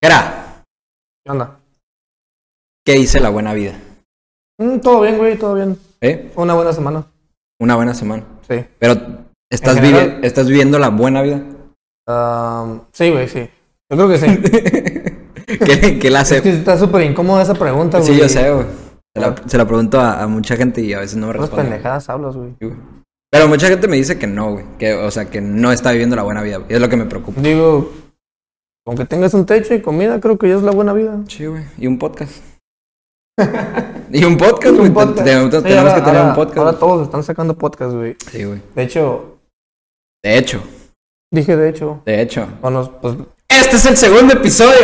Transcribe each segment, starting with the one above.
Era, ¿Qué onda? ¿qué dice la buena vida? Mm, todo bien, güey, todo bien. ¿Eh? Una buena semana. Una buena semana. Sí. Pero, ¿estás, En general- vivi- ¿estás viviendo la buena vida? Am, sí, güey, sí. Yo creo que sí. ¿Qué, qué la hace? es que está súper incómoda esa pregunta, güey. sí, yo sé, güey. Se la, Ah. se la pregunto a, a mucha gente y a veces no me Unas responde. pendejadas hablas, güey. Sí, güey. Pero mucha gente me dice que no, güey. Que, o sea, que no está viviendo la buena vida. güey. Y es lo que me preocupa. Digo, con que tengas un techo y comida, creo que ya es la buena vida. Sí, güey. Y un podcast. y un podcast, güey. Un Te- podcast. te- Tenemos Sí, tenemos ahora- que tener un ahora- podcast. Ahora güey. todos están sacando podcast, güey. Sí, güey. De hecho, De hecho, dije de hecho. de hecho. Bueno, pues, Este es el segundo episodio.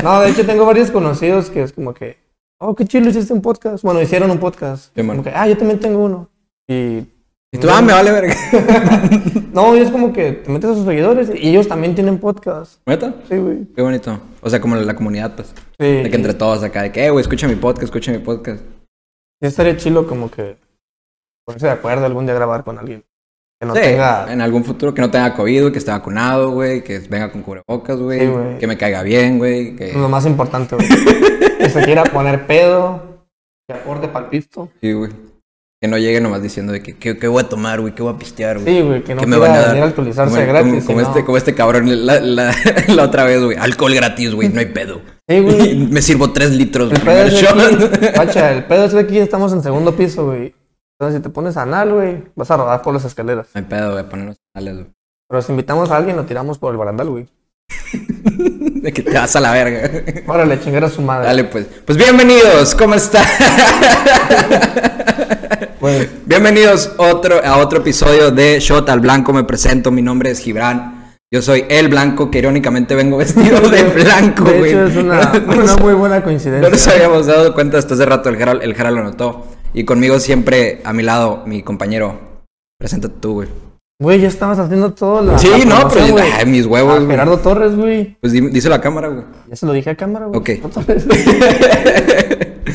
no, de hecho tengo varios conocidos que es como que, oh, qué chido hiciste un podcast. Bueno, hicieron un podcast. Sí, man. como que, ah, yo también tengo uno. Y y tú, ah, me vale verga. No, y es como que te metes a sus seguidores y ellos también tienen podcast. ¿Neta? Sí, güey. Qué bonito. O sea, como la comunidad, pues. Sí. De que entre todos acá, de que, eh, güey, escucha mi podcast, escucha mi podcast. y estaría chilo como que ponerse de acuerdo algún día grabar con alguien. Que no Sí, tenga. en algún futuro que no tenga COVID, güey, que esté vacunado, güey, que venga con cubrebocas, güey, Sí, güey. que me caiga bien, güey, que... Lo más importante, güey. que se quiera poner pedo, que aporte pa'l pisto. Sí, güey. Que no llegue nomás diciendo de que, que, que voy a tomar, güey, que voy a pistear, güey. Sí, güey, que no que quiera venir a alcoholizarse como, gratis. como- como sino- este, como este cabrón la, la- la otra vez, güey. Alcohol gratis, güey, no hay pedo. Sí, güey. me sirvo tres litros, El güey. pedo primer es de aquí. shot. Guacha, el pedo es de aquí, estamos en segundo piso, güey. Entonces, si te pones anal, güey, vas a rodar por las escaleras. No hay pedo, güey, ponernos sales, güey. Pero si invitamos a alguien, lo tiramos por el barandal, güey. De que te vas a la verga. Órale, chingar a su madre. Dale, pues. Pues bienvenidos, ¿cómo están? Pues, Bienvenidos otro, a otro episodio de Shot al Blanco. Me presento, mi nombre es Gibran. Yo soy el blanco, que irónicamente vengo vestido de blanco, De güey. hecho, es una, No una nos- muy buena no nos coincidencia. habíamos dado cuenta hasta hace rato, el Jara, el Jara lo notó. Y conmigo siempre a mi lado, mi compañero. Preséntate tú, güey. Güey, ya estabas haciendo todo la. Sí, Ah, la no, promoción, pero güey. ay, mis A huevos, güey. Gerardo Torres, güey. Pues di- dice la cámara, güey. Ya se lo dije a cámara, güey. Ok. Otra vez. Es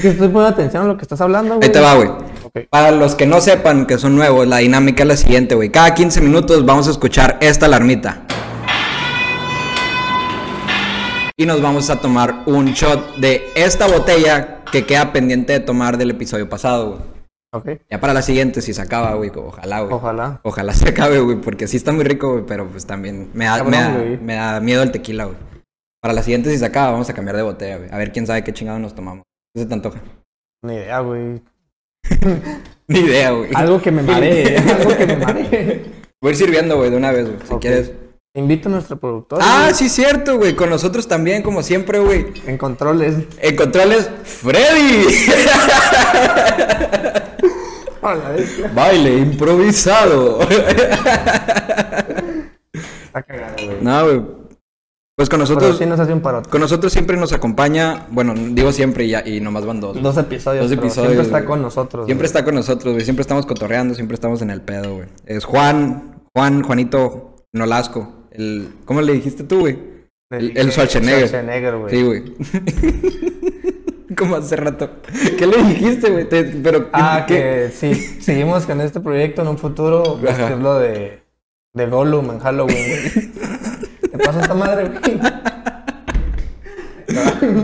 que estoy poniendo atención a lo que estás hablando, güey. Ahí te va, güey. Ok. Para los que no sepan que son nuevos, la dinámica es la siguiente, güey. Cada 15 minutos vamos a escuchar esta alarmita. Y nos vamos a tomar un shot de esta botella que queda pendiente de tomar del episodio pasado, güey. Ok. Ya para la siguiente, si se acaba, güey. Ojalá, güey. Ojalá. Ojalá se acabe, güey, porque sí está muy rico, güey, pero pues también me da, Cabrón, me da- güey. me da miedo el tequila, güey. Para la siguiente, si se acaba, vamos a cambiar de botella, güey. A ver quién sabe qué chingado nos tomamos. ¿Qué se te antoja? Ni idea, güey. Ni idea, güey. Algo que me maree. algo que me maree. Voy a ir sirviendo, güey, de una vez, güey, si Ok. quieres. Te invito a nuestro productor. Ah, güey, sí, cierto, güey. Con nosotros también, como siempre, güey. En controles. En controles, Freddy. A la vez, Baile improvisado. Está cagado, güey. no, güey. Pues con Pero nosotros, sí nos hace un parote. con nosotros siempre nos acompaña, bueno, digo siempre y, ya- y nomás van dos. güey. Dos episodios. Dos pero episodios, Siempre está güey. con nosotros. Siempre está con nosotros, güey. Siempre estamos cotorreando, siempre estamos en el pedo, güey. Es Juan, Juan, Juanito Nolasco. El, ¿Cómo le dijiste tú, güey? güey. el- el Schwarzenegger. Schwarzenegger, güey. Sí, güey. Como hace rato. ¿Qué le dijiste, güey? Te- Pero, Ah, ¿qué- que si seguimos con este proyecto en un futuro, pues, vestirlo de, de Gollum en Halloween, güey. ¿Te pasa esta madre, güey?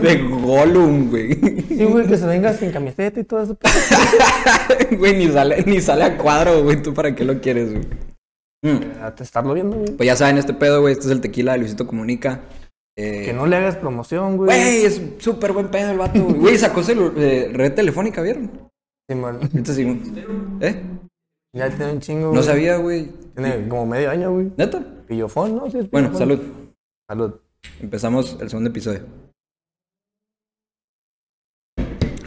De Gollum, güey. Sí, güey, que se venga sin camiseta y todo eso. pues, pero- Güey, ni sale, ni sale a cuadro, güey. ¿Tú para qué lo quieres, güey? Mm. A te estarlo viendo, güey. Pues ya saben, este pedo, güey. Este es el tequila de Luisito Comunica. Eh, Que no le hagas promoción, güey. Güey, es súper buen pedo el vato, güey. Güey, sacó celu- eh, red telefónica, ¿vieron? Simón, Ahorita sí, güey. ¿Eh? ya tiene un chingo, No güey. sabía, güey. Tiene como medio año, güey. ¿Neta? Pillofón, ¿no? Sí, es Bueno, pillofón. salud. Salud. Empezamos el segundo episodio.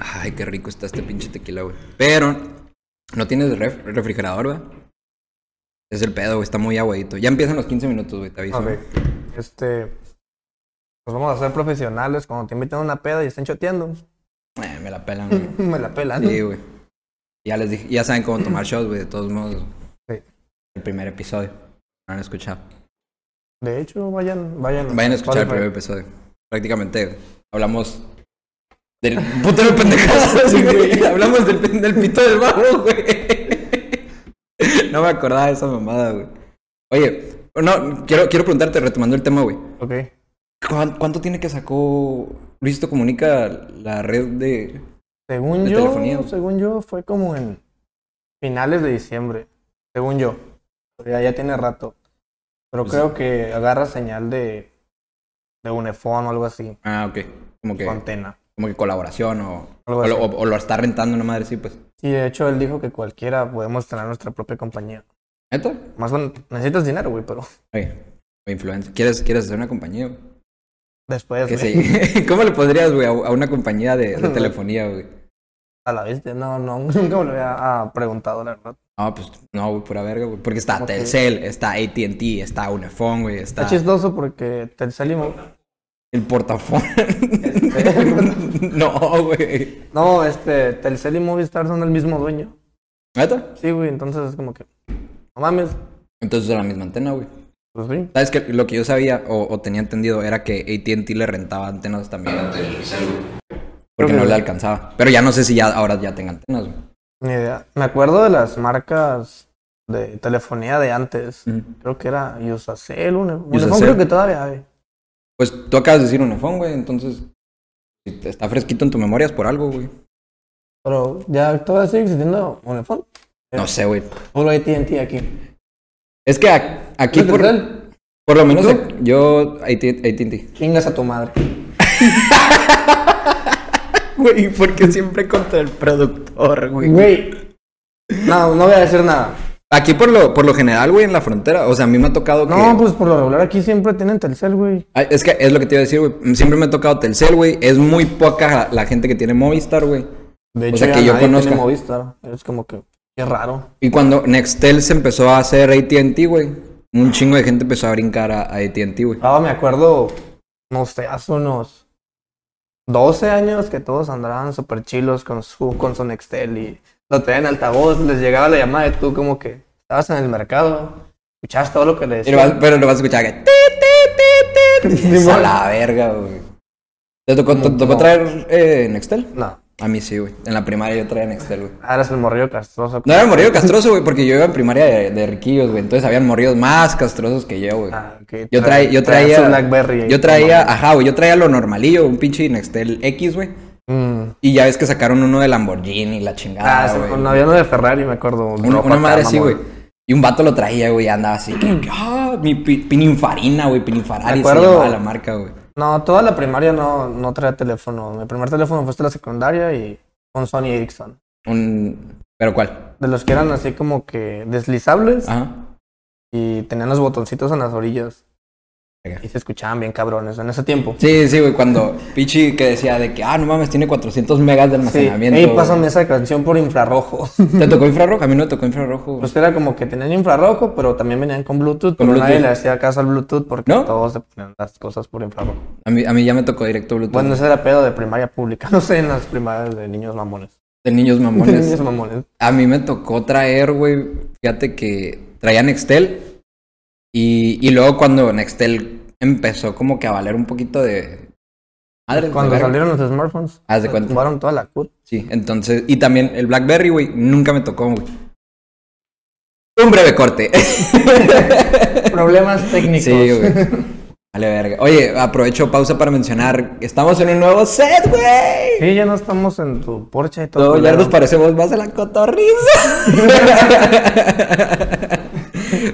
Ay, qué rico está este pinche tequila, güey. Pero no tienes ref- refrigerador, ¿verdad? Es el pedo, güey. Está muy aguadito. Ya empiezan los 15 minutos, güey. Te aviso. Ok. Este. Nos vamos a hacer profesionales cuando te invitan a una peda y estén choteando. Eh, me la pelan, güey. Me la pelan. Sí, güey. Ya les dije, ya saben cómo tomar shots, güey. De todos modos. Sí. El primer episodio. No han escuchado. De hecho, vayan, vayan. Vayan a escuchar el Spotify. primer episodio. Prácticamente hablamos del putero de pendejadas, güey. Hablamos del, pen- del pito del bajo, güey. No me acordaba de esa mamada, güey. Oye, No, quiero, quiero preguntarte, retomando el tema, güey. Ok. ¿Cuán- ¿Cuánto tiene que sacó Luisito Comunica la red de. Según De yo, telefonía. según yo, fue como en finales de diciembre. Según yo. Ya, ya tiene rato. Pero Pues- creo que agarra señal de, de Unifón o algo así. Ah, ok. Como que, Su antena. como que colaboración o, Algo o lo, así. o- o lo está rentando una madre, sí, pues. Sí, de hecho, él dijo que cualquiera podemos tener nuestra propia compañía. ¿Neta? Más bueno, necesitas dinero, güey, pero Oye, o influencer. ¿Quieres, ¿Quieres hacer una compañía? güey? después, Que güey, sí. ¿Cómo le podrías, güey, a, a una compañía de, de telefonía, güey? a la bestia. No, no, nunca me lo había ah, preguntado, la verdad. No, pues no, güey, pura verga, güey. Porque está Como que- Telcel, está ATT, está Unifón, güey, está. Está chistoso porque te salimos. El portafón. no, güey. No, este, Telcel y Movistar son el mismo dueño. ¿Neta? Sí, güey, entonces es como que, no mames, Entonces es la misma antena, güey. pues sí. ¿Sabes que Lo que yo sabía o, o tenía entendido era que ATT le rentaba antenas también a Telcel, güey, Porque Creo que no le sí. alcanzaba. Pero ya no sé si ya ahora ya tenga antenas, güey. Ni idea. Me acuerdo de las marcas de telefonía de antes. Creo que era Yusacel, una. Yusacell. creo que todavía hay. Pues tú acabas de decir Unifón, güey. Entonces, si te está fresquito en tu memoria es por algo, güey. Pero ya todavía sigue existiendo Unifón. Eh. No sé, güey. Puro AT&T aquí. Es que a- aquí, ¿Y por, Telcel? por lo menos, a- yo AT- ATT. Chingas a tu madre. Güey, porque siempre contra el productor, Güey. No, no voy a decir nada. Aquí por lo, por lo general, güey, en la frontera. O sea, a mí me ha tocado que. No, pues por lo regular aquí siempre tienen Telcel, güey. Ay, Es que es lo que te iba a decir, güey. mm, Siempre me ha tocado Telcel, güey. Es muy poca la, la gente que tiene Movistar, güey. De O sea, que yo conozca. tiene Movistar. Es como que, qué raro. Y cuando Nextel se empezó a hacer ATT, güey, un chingo de gente empezó a brincar a, a ATT, güey. Ah, me acuerdo, no sé, hace unos 12 años que todos andaban súper chilos con su, con su Nextel y lo traían en altavoz, les llegaba la llamada y tú como que estabas en el mercado, escuchabas todo lo que le Y lo vas- decían. pero lo vas a escuchar que. ti, ti, ti, ti. Ni Es a modo. la verga, güey. ¿Te tocó, te No. tocó traer eh, Nextel? No, A mí sí, güey. En la primaria yo traía Nextel, güey. ahora es el morrillo castroso. No era el morrido castroso, güey, porque yo iba en primaria de, de riquillos, güey. Entonces habían morridos más castrosos que yo, güey. Ah, ok, Yo, trae- traía, yo traía traía. su Blackberry ahí, Yo traía, ajá, güey. Yo traía lo normalillo, un pinche Nextel X, güey. Mm. Y ya ves que sacaron uno de Lamborghini, la chingada. Ah, sí, güey. un avión de Ferrari, me acuerdo. Una- rojo una acá, madre así, mamón. güey. Y un vato lo traía, güey, andaba así. que, que, ah, mi pi- pininfarina, güey, pininfarari Me se acuerdo. llamaba la marca, güey. No, toda la primaria no, no traía teléfono. Mi primer teléfono fue hasta la secundaria y un Sony Ericsson. Un... ¿Pero cuál? De los que eran así como que deslizables Ajá. y tenían los botoncitos en las orillas. Verga. Y se escuchaban bien cabrones en ese tiempo. Sí, sí, güey, cuando Pichi que decía de que, ah, no mames, tiene 400 megas de Sí. almacenamiento. Ey, güey. pásame esa canción por infrarrojo. ¿Te tocó infrarrojo? A mí no me tocó infrarrojo. güey. pues era como que tenían infrarrojo, pero también venían con Bluetooth. Con pero nadie Bluetooth. le hacía caso al Bluetooth porque ¿No? todos se ponían las cosas por infrarrojo. A mí, a mí ya me tocó directo Bluetooth. Bueno, ese era pedo de primaria pública. No sé, en las primarias de niños mamones. de niños De mamones. niños mamones. A mí me tocó traer, güey. Fíjate que traía Nextel. Y, y luego cuando Nextel empezó como que a valer un poquito de. Madre de Cuando verga. Ah, salieron los smartphones, Haz de se cuenta. tumbaron toda la CUT. Sí, entonces. Y también el Blackberry, güey. Nunca me tocó, güey. Un breve corte. Problemas técnicos. sí, güey. Vale, verga. Oye, aprovecho pausa para mencionar. que Estamos en un nuevo set, güey. Sí, ya no estamos en tu Porsche y todo. No, ya culero. nos parecemos más a la cotorriza.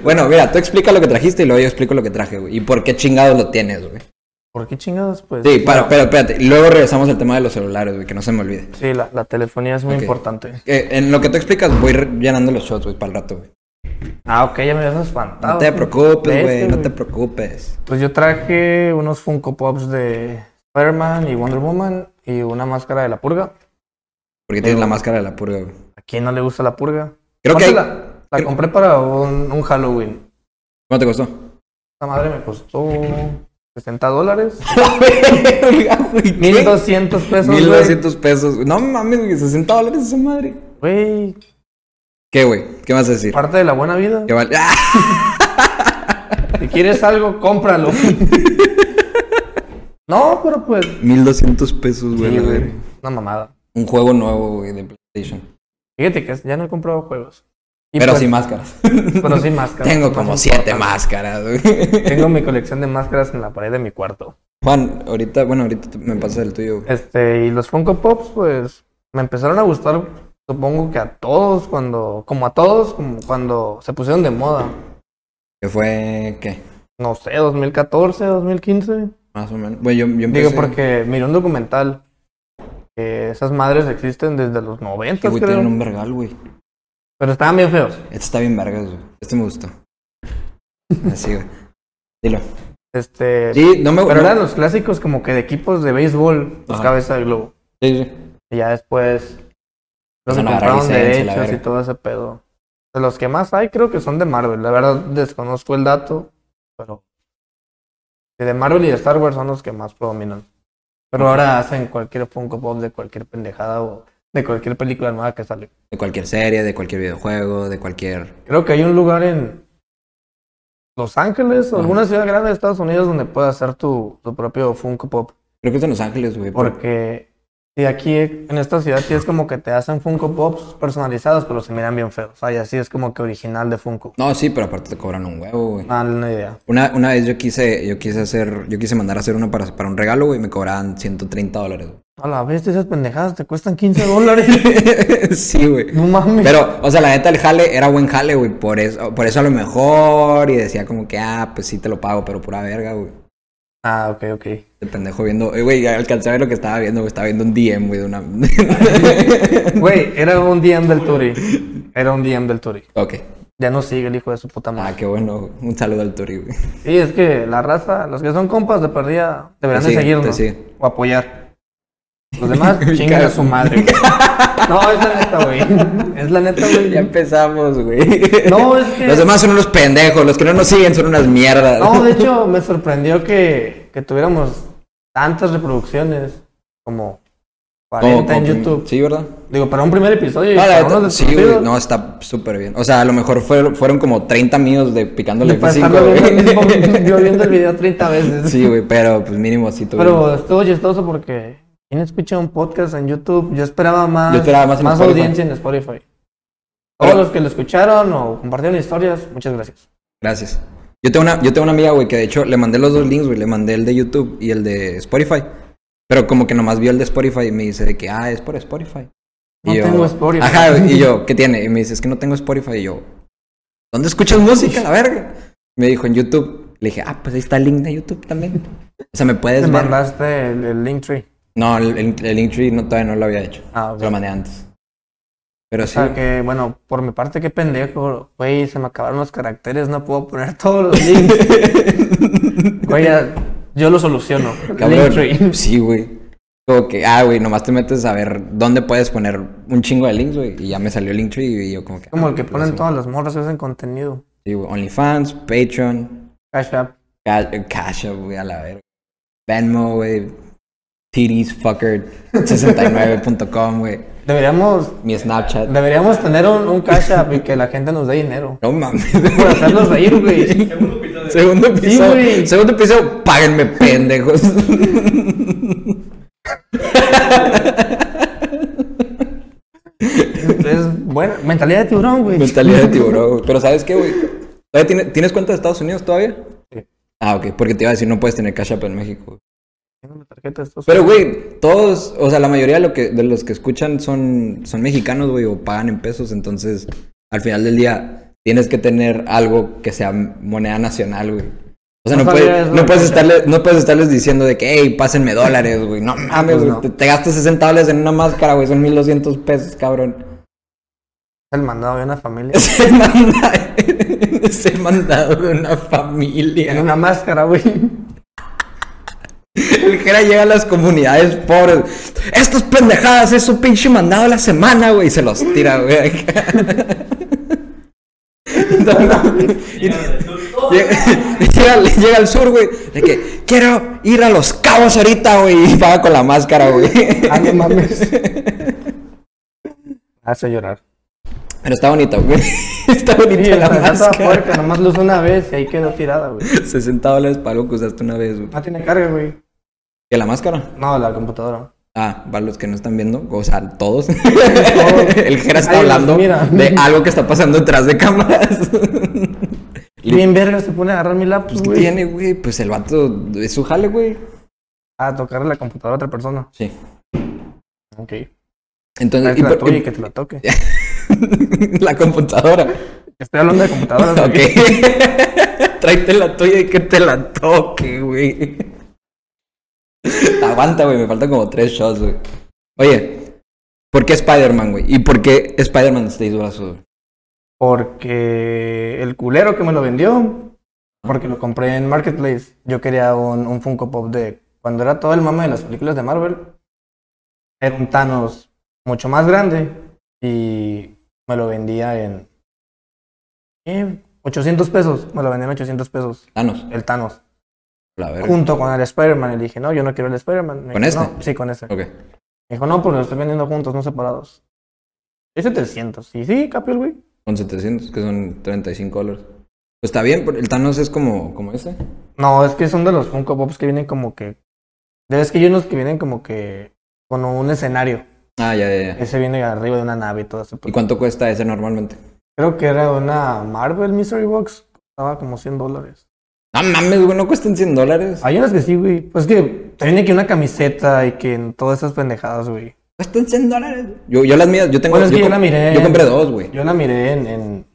bueno, mira, tú explica lo que trajiste y luego yo explico lo que traje, güey. ¿Y por qué chingados lo tienes, güey? ¿Por qué chingados? Pues. Sí, para, pero espérate. Luego regresamos al tema de los celulares, güey, que no se me olvide. Sí, la, la telefonía es muy Ok. importante. Eh, en lo que tú explicas, voy re- llenando los shots, güey, para el rato, güey. Ah, ok, ya me habías No espantado. te preocupes, Bestia, güey, no te preocupes. Pues yo traje unos Funko Pops de Spider-Man y Wonder Woman y una máscara de la purga. Porque tienes la máscara de la purga, güey. ¿A quién no le gusta la purga? Creo que. Aparte ahí- La, la creo- compré para un, un Halloween. ¿Cuánto te costó? Esta madre me costó 60 dólares. La verga, güey, ¿qué? 1200 pesos. güey. 1200 pesos. No mames, güey, 60 dólares esa madre. Güey, ¿Qué, güey? ¿Qué vas a decir? parte de la buena vida. ¿Qué vale? ¡Ah! Si quieres algo, cómpralo. no, pero pues. 1200 pesos, güey. sí, la güey, verga. Una mamada. Un juego nuevo, güey, de PlayStation. Fíjate que ya no he comprado juegos. Y pero pues- sin máscaras. Pero sin máscaras. Tengo más como importante. siete máscaras. güey. Tengo mi colección de máscaras en la pared de mi cuarto. Juan, ahorita, bueno, ahorita tú- me pasas el tuyo. güey. Este, y los Funko Pops, pues, me empezaron a gustar, supongo que a todos, cuando, como a todos, como cuando se pusieron de moda. Que fue, ¿qué? No sé, 2014, 2015. Más o menos. Bueno, yo, yo empecé. Digo, porque miré un documental. que esas madres existen desde los 90, Que, Este güey, creo. tienen un vergal, güey. Pero estaban bien feos. Este está bien vergas, güey. Este me gustó. Así, güey. Dilo. Este, Sí, no me pero no- eran los clásicos como que de equipos de béisbol, los Ajá. cabezas de globo. Sí, sí. Y ya después los que Empezaron Pues a agarrar compraron licencia, la derechos y verga. todo ese pedo. De los que más hay creo que son de Marvel. La verdad desconozco el dato, pero de Marvel y de Star Wars son los que más predominan. Pero ahora hacen cualquier Funko Pop de cualquier pendejada o de cualquier película nueva que sale. De cualquier serie, de cualquier videojuego, de cualquier. Creo que hay un lugar en Los Ángeles o Ajá. alguna ciudad grande de Estados Unidos donde puedes hacer tu, tu propio Funko Pop. Creo que es en Los Ángeles, güey. pero- Porque de aquí en esta ciudad sí es como que te hacen Funko Pops personalizados, pero se miran bien feos. O sea, y así es como que original de Funko. No, sí, pero aparte te cobran un huevo, güey. Ah, no idea. Una, una vez yo quise, yo quise hacer, yo quise mandar a hacer una para, para un regalo, güey, y me cobraban 130 dólares. A la vez esas pendejadas te cuestan 15 dólares. sí, güey. No mames. Pero, o sea, la neta, el jale era buen jale, güey. Por eso, por eso a lo mejor. Y decía como que, ah, pues sí te lo pago, pero pura verga, güey. Ah, ok, ok. Este pendejo viendo. eh, Güey, alcancé a ver lo que estaba viendo, güey. Estaba viendo un DM, güey, de una. Güey, era un DM del Turi. Era un DM del Turi. ok. Ya no sigue el hijo de su puta Ah, madre. qué bueno. Un saludo al Turi, güey. Sí, es que la raza, los que son compas de perdida, deberían Te de siguen, seguirnos te siguen. o apoyar. Los demás, chingan a su madre, güey. No, es la neta, güey. Es la neta, güey. Ya empezamos, güey. No, es que- Los demás son unos pendejos. Los que no nos siguen son unas mierdas. No, de hecho, me sorprendió que, que tuviéramos tantas reproducciones como 40 Como- como en prim- YouTube. Sí, ¿verdad? Digo, para un primer episodio. y No, la para neta, unos sí, güey. desconocidos, No, está súper bien. O sea, a lo mejor fueron, fueron como 30 amigos de picándole para F5, estarlo viendo el mismo- güey. yo viendo el video 30 veces. Sí, güey, pero pues mínimo sí tuvimos. Pero estuvo chistoso porque ¿quién escucha un podcast en YouTube? Yo esperaba más, Yo esperaba más en Spotify. audiencia en Spotify. Todos Pero- los que lo escucharon o compartieron historias, muchas gracias. Gracias. Yo tengo una, yo tengo una amiga, güey, que de hecho le mandé los dos links, güey. Le mandé el de YouTube y el de Spotify. Pero como que nomás vio el de Spotify y me dice de que, ah, es por Spotify. No tengo Spotify. Ajá, güey, y yo, ¿qué tiene? Y me dice, es que no tengo Spotify. Y yo, ¿dónde escuchas música, la verga? Me dijo, en YouTube. Le dije, ah, pues ahí está el link de YouTube también. O sea, me puedes Te ver. mandaste el, el link tree. No, el, el, el Linktree no, todavía no lo había hecho. Ah, ok. Lo mandé antes. Pero O sí. sea que, bueno, por mi parte, qué pendejo, güey, se me acabaron los caracteres, no puedo poner todos los links. Güey, ya, yo lo soluciono. Cabrón. Linktree. Sí, güey. Como que, ah, güey, nomás te metes a ver dónde puedes poner un chingo de links, güey. Y ya me salió Linktree y yo como que... Como ah, el que pues, ponen sí. todas las morras que hacen contenido. Sí, güey. OnlyFans, Patreon, Cash App. Ca- eh, Cash App, güey, a la verga. Venmo, güey. Titties, fucker, 69.com, güey. Deberíamos, Mi Snapchat. deberíamos tener un, un Cash App y que la gente nos dé dinero. No mames. Por hacerlos reír, güey. Segundo episodio. güey. segundo episodio, páguenme, pendejos. Es buena. Mentalidad de tiburón, güey. Mentalidad de tiburón, güey. Pero ¿sabes qué, güey? ¿Todavía tiene- ¿Tienes cuenta de Estados Unidos todavía? Sí. Ah, ok. Porque te iba a decir, no puedes tener Cash App en México. güey. Tengo mi tarjeta de estos. Pero, güey, todos, o sea, la mayoría de, lo que, de los que escuchan son, son mexicanos, güey, o pagan en pesos. Entonces, al final del día, tienes que tener algo que sea moneda nacional, güey. O sea, No no, sabía puedes, eso, no, la puedes neta. estarle, no puedes estarles diciendo de que, hey, pásenme dólares, güey. No mames, pues güey, no. te, te gastas 60 dólares en una máscara, güey. Son 1200 pesos, cabrón. El mandado de una familia. Es el manda- es el mandado de una familia. Tiene una máscara, güey. El Jera llega a las comunidades pobres. Estas pendejadas es su pinche mandado de la semana, güey. Y se los tira, güey. acá. No, no. Y- Llega, llega al- llega al sur, güey. De que quiero ir a los cabos ahorita, güey. Y paga con la máscara, güey. Ah, no mames. Hace llorar. Pero está bonita, güey. Está bonita Sí, la la tarjeta máscara. puerca, nomás lo uso una vez y ahí quedó tirada, güey. 60 dólares para algo que usaste una vez, güey. No tiene carga, güey. ¿Y la máscara? No, la computadora. Ah, para los que no están viendo, o sea, todos. Todos. el Jera está Ay, pues hablando mira. de algo que está pasando detrás de cámaras. Bien verga se pone a agarrar mi laptop, Pues, ¿Qué güey. tiene, güey? Pues el vato es su jale, güey. A tocarle la computadora a otra persona. Sí. Ok. Entonces, Que y la por- tuya y que te la toque. la computadora. Estoy hablando de computadoras. Ok. güey. Tráete la tuya y que te la toque, güey. Aguanta, güey. Me faltan como tres shots, güey. Oye, ¿por qué Spider-Man, güey? ¿Y por qué Spider-Man de seis brazos? güey? Porque el culero que me lo vendió, porque lo compré en Marketplace, yo quería un, un Funko Pop de cuando era todo el mame de las películas de Marvel. Era un Thanos mucho más grande y me lo vendía en ¿qué? 800 pesos. Me lo vendía en 800 pesos Thanos. el Thanos. La verga. Junto con el Spider-Man. Y le dije, no, yo no quiero el Spider-Man. Me ¿Con dijo, este? "No". sí, con este. Ok. Me dijo, no, porque lo estoy vendiendo juntos, no separados. Dice 300. Y sí, capio el güey. Con 700, que son 35 dólares. Pues está bien, pero el Thanos es como, como ese. No, es que son de los Funko Pops que vienen como que. Es que hay unos que vienen como que. Con un escenario. Ah, ya, ya, ya. Ese viene arriba de una nave y todo eso. ¿Y cuánto cuesta ese normalmente? Creo que era una Marvel Mystery Box. Costaba como 100 dólares. No mames, güey, no cuestan 100 dólares. Hay unas que sí, güey. Pues que te viene que una camiseta y que en todas esas pendejadas, güey. Cuestan 100 dólares. Yo, yo las mías, yo tengo. Bueno, es que yo com- la miré. Yo compré dos, güey. Yo la miré en. en-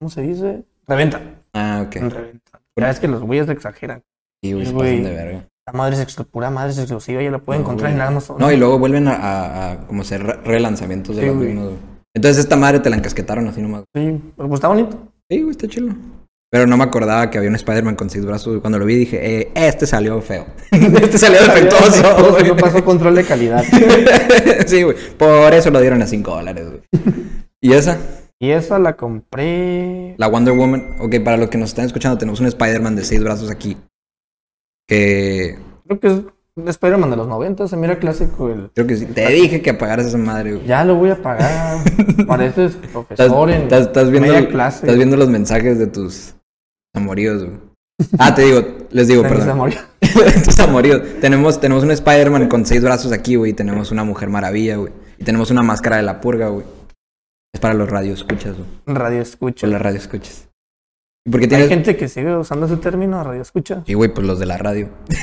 ¿Cómo se dice? Reventa. Ah, ok. En reventa. Ya es que los güeyes exageran. Sí, güey, se Güey. pasan de verga. La madre es exclu- pura madre es exclusiva. Ya la pueden No, encontrar en güey. Amazon. No, y luego vuelven a, a- a como ser re- relanzamientos de Sí, los güey. mismos, güey. Entonces esta madre te la encasquetaron así nomás. Sí, pero pues está bonito. Sí, güey, está chilo. Pero no me acordaba que había un Spider-Man con seis brazos. Y cuando lo vi dije, eh, este salió feo. este salió defectuoso. Todo güey. no pasó control de calidad. sí, güey. Por eso lo dieron a 5 dólares, güey. ¿Y esa? Y esa la compré. La Wonder Woman. Ok, para los que nos están escuchando, tenemos un Spider-Man de seis brazos aquí. Que Creo que es un Spider-Man de los 90. Se mira clásico. El... creo que sí. Te dije que apagaras esa madre, güey. Ya lo voy a pagar. Pareces Estás, profesor en estás- estás viendo, media clase. estás viendo los mensajes de tus amoríos, güey. Ah, te digo, les digo, De mis perdón. amores. tus amoríos. Tenemos, tenemos un Spider-Man con seis brazos aquí, güey. y Tenemos una Mujer Maravilla, güey. Y tenemos una máscara de la purga, güey. Es para los radioescuchas, güey. Radio escucha. Por las radioescuchas. ¿Y por qué Hay tienes...? gente que sigue usando ese término, radio escucha. Sí, güey, pues los de la radio. Sí,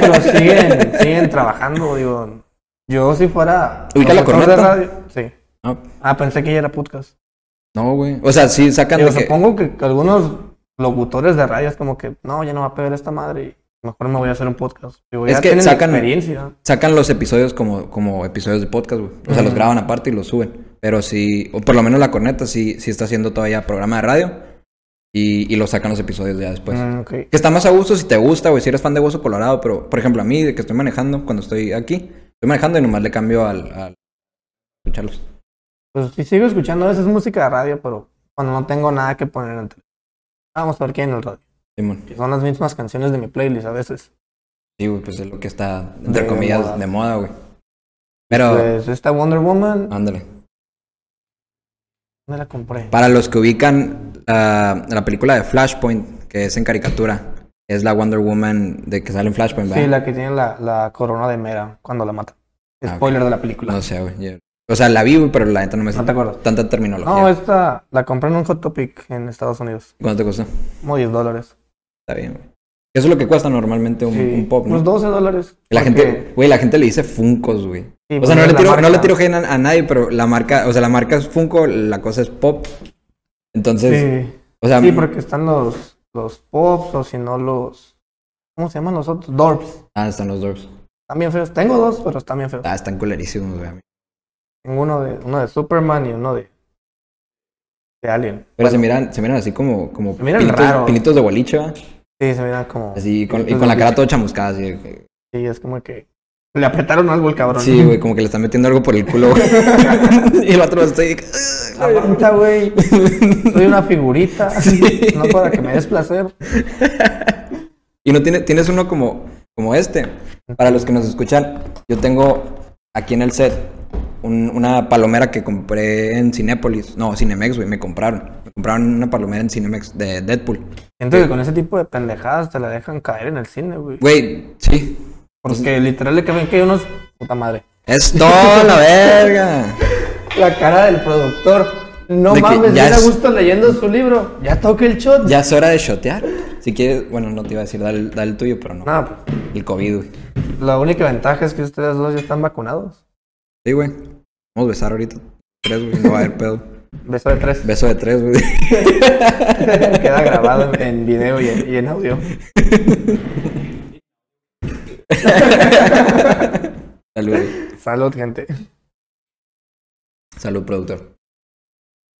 pero siguen, siguen trabajando. Digo, yo si fuera. Ubica la locutor de corneta. radio- Sí. Ah, Ah, pensé que ya era podcast. No, güey. O sea, sí sacan Digo, de que... supongo que, que algunos locutores de radio es como que, no, ya no va a pegar esta madre, y mejor me voy a hacer un podcast. Digo, Es ya que tienen sacan- experiencia. sacan los episodios como, como episodios de podcast, güey. O sea, los Ujú. graban aparte y los suben. Pero sí, o por lo menos la corneta sí, sí está haciendo todavía programa de radio. Y, y lo sacan los episodios ya después. Mm, ok. Que está más a gusto si te gusta, güey, si eres fan de Hueso Colorado. Pero, por ejemplo, a mí, de que estoy manejando, cuando estoy aquí, estoy manejando y nomás le cambio al... al- escucharlos. Pues sí sigo escuchando a veces música de radio, pero cuando no tengo nada que poner en el teléfono. Vamos a ver qué hay en el radio. Simón. que Son las mismas canciones de mi playlist a veces. Sí, güey, pues es lo que está, entre De comillas, moda. de moda, güey. Pero, Pues esta Wonder Woman, ándale. me la compré. Para los que ubican ah, la película de Flashpoint, que es en caricatura, es la Wonder Woman de que sale en Flashpoint, ¿verdad? Sí, la que tiene la, la corona de Mera cuando la mata. Ah, ok. Spoiler de la película. No sé, güey. yo- O sea, la vi, güey, pero la neta no me sé No te acuerdas. tanta terminología. No, esta la compré en un Hot Topic en Estados Unidos. ¿Cuánto te costó? Como 10 dólares. Está bien, güey. Eso es lo que cuesta normalmente un, Sí, un pop, ¿no? Unos 12 dólares. la porque- gente, güey, la gente le dice Funkos, güey. Sí, o sea, pues no es le, la tiro, no le marca. tiro hate a, a nadie, pero la marca, o sea, la marca es Funko, la cosa es pop. Entonces, Sí, o sea, sí, porque están los, los pops o si no los... ¿Cómo se llaman los otros? Dorps. ah, están los Dorbs. Están bien feos. Tengo dos, pero están bien feos. Ah, están culerísimos, güey. a mí. Tengo uno de, uno de Superman y uno de... De Alien. Pero se miran, se miran así como, como Se miran pinitos, raro. pinitos de boliche, ¿va? Sí, se miran como... Así, con, y Entonces, con la sí, cara toda chamuscada, así. de que- Sí, es como que... Le apretaron algo el cabrón. Sí, güey, como que le están metiendo algo por el culo, güey. y el otro está ahí. de que, "Ugh, güey". Aguanta, güey. Soy una figurita. No para que me des placer. Y no tiene, tienes uno como, como este. Para los que nos escuchan, yo tengo aquí en el set un- una palomera que compré en Cinépolis. No, Cinemex, güey, me compraron. Me compraron una palomera en Cinemex de Deadpool. Siento que con ese tipo de pendejadas te la dejan caer en el cine, güey. Güey, pues sí. Porque literal le ven que hay unos. Puta madre. Es todo la verga. La cara del productor. No De que mames, ya bien a es- gusto leyendo su libro. Ya toca el shot. Ya es hora de shotear. Si quieres, bueno, no te iba a decir, dale, dale el tuyo, pero no. Nah, pues, El COVID, güey. la única ventaja es que ustedes dos ya están vacunados. Sí, güey. Vamos a besar ahorita. Tres, güey. No va a haber pedo. Beso de tres. Beso de tres, güey. Queda grabado en- en video y en, y en audio. Salud, güey. Salud, gente. Salud, productor.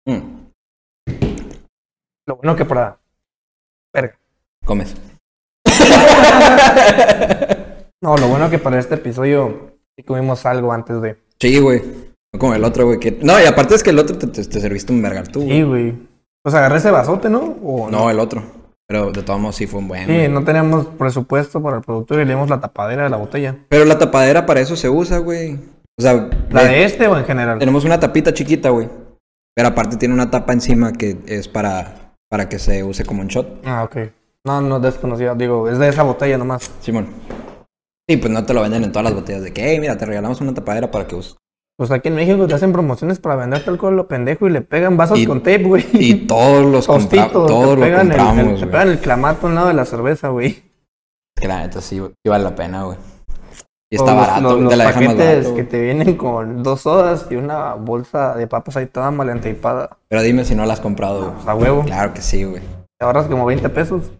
Mm, Lo bueno que por la Verga. comes. No, lo bueno que para este episodio sí comimos algo antes de. Sí, güey. No como el otro, güey. que- No, y aparte es que el otro te, te- te serviste un vergar tú. güey. Sí, güey. Pues agarré ese basote, ¿no? ¿O No, el otro. Pero de todos modos sí fue un buen. güey. Sí, no teníamos presupuesto para el productor y le dimos la tapadera de la botella. Pero la tapadera para eso se usa, güey. O sea, ¿La ve, de este o en general? tenemos una tapita chiquita, güey. Pero aparte tiene una tapa encima que es para, para que se use como un shot. Ah, ok. No, no desconocida. Digo, es de esa botella nomás. Simón. Sí, pues no te lo venden en todas las botellas de que, hey, mira, te regalamos una tapadera para que uses. Pues aquí en México te hacen promociones para venderte alcohol lo pendejo y le pegan vasos Y- con tape, güey. Y todos los compra- Tostitos, todos te, lo pegan el- el, compramos, te güey. pegan el clamato al lado de la cerveza, güey. Que la neta sí, sí vale la pena, güey. Y O está los- barato, los- güey, los te la dejan más paquetes barato, que güey. te vienen con dos sodas y una bolsa de papas ahí toda malentaipada. Pero dime si no la has comprado, güey. Pues, a huevo. Claro que sí, güey. Te ahorras como 20 pesos.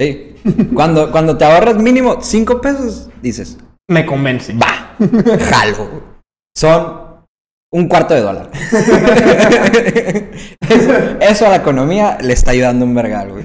Sí. cuando, cuando te ahorras mínimo 5 pesos, dices, Me convence. va, jalo. güey. Son un cuarto de dólar. eso, eso a la economía le está ayudando un vergal, güey.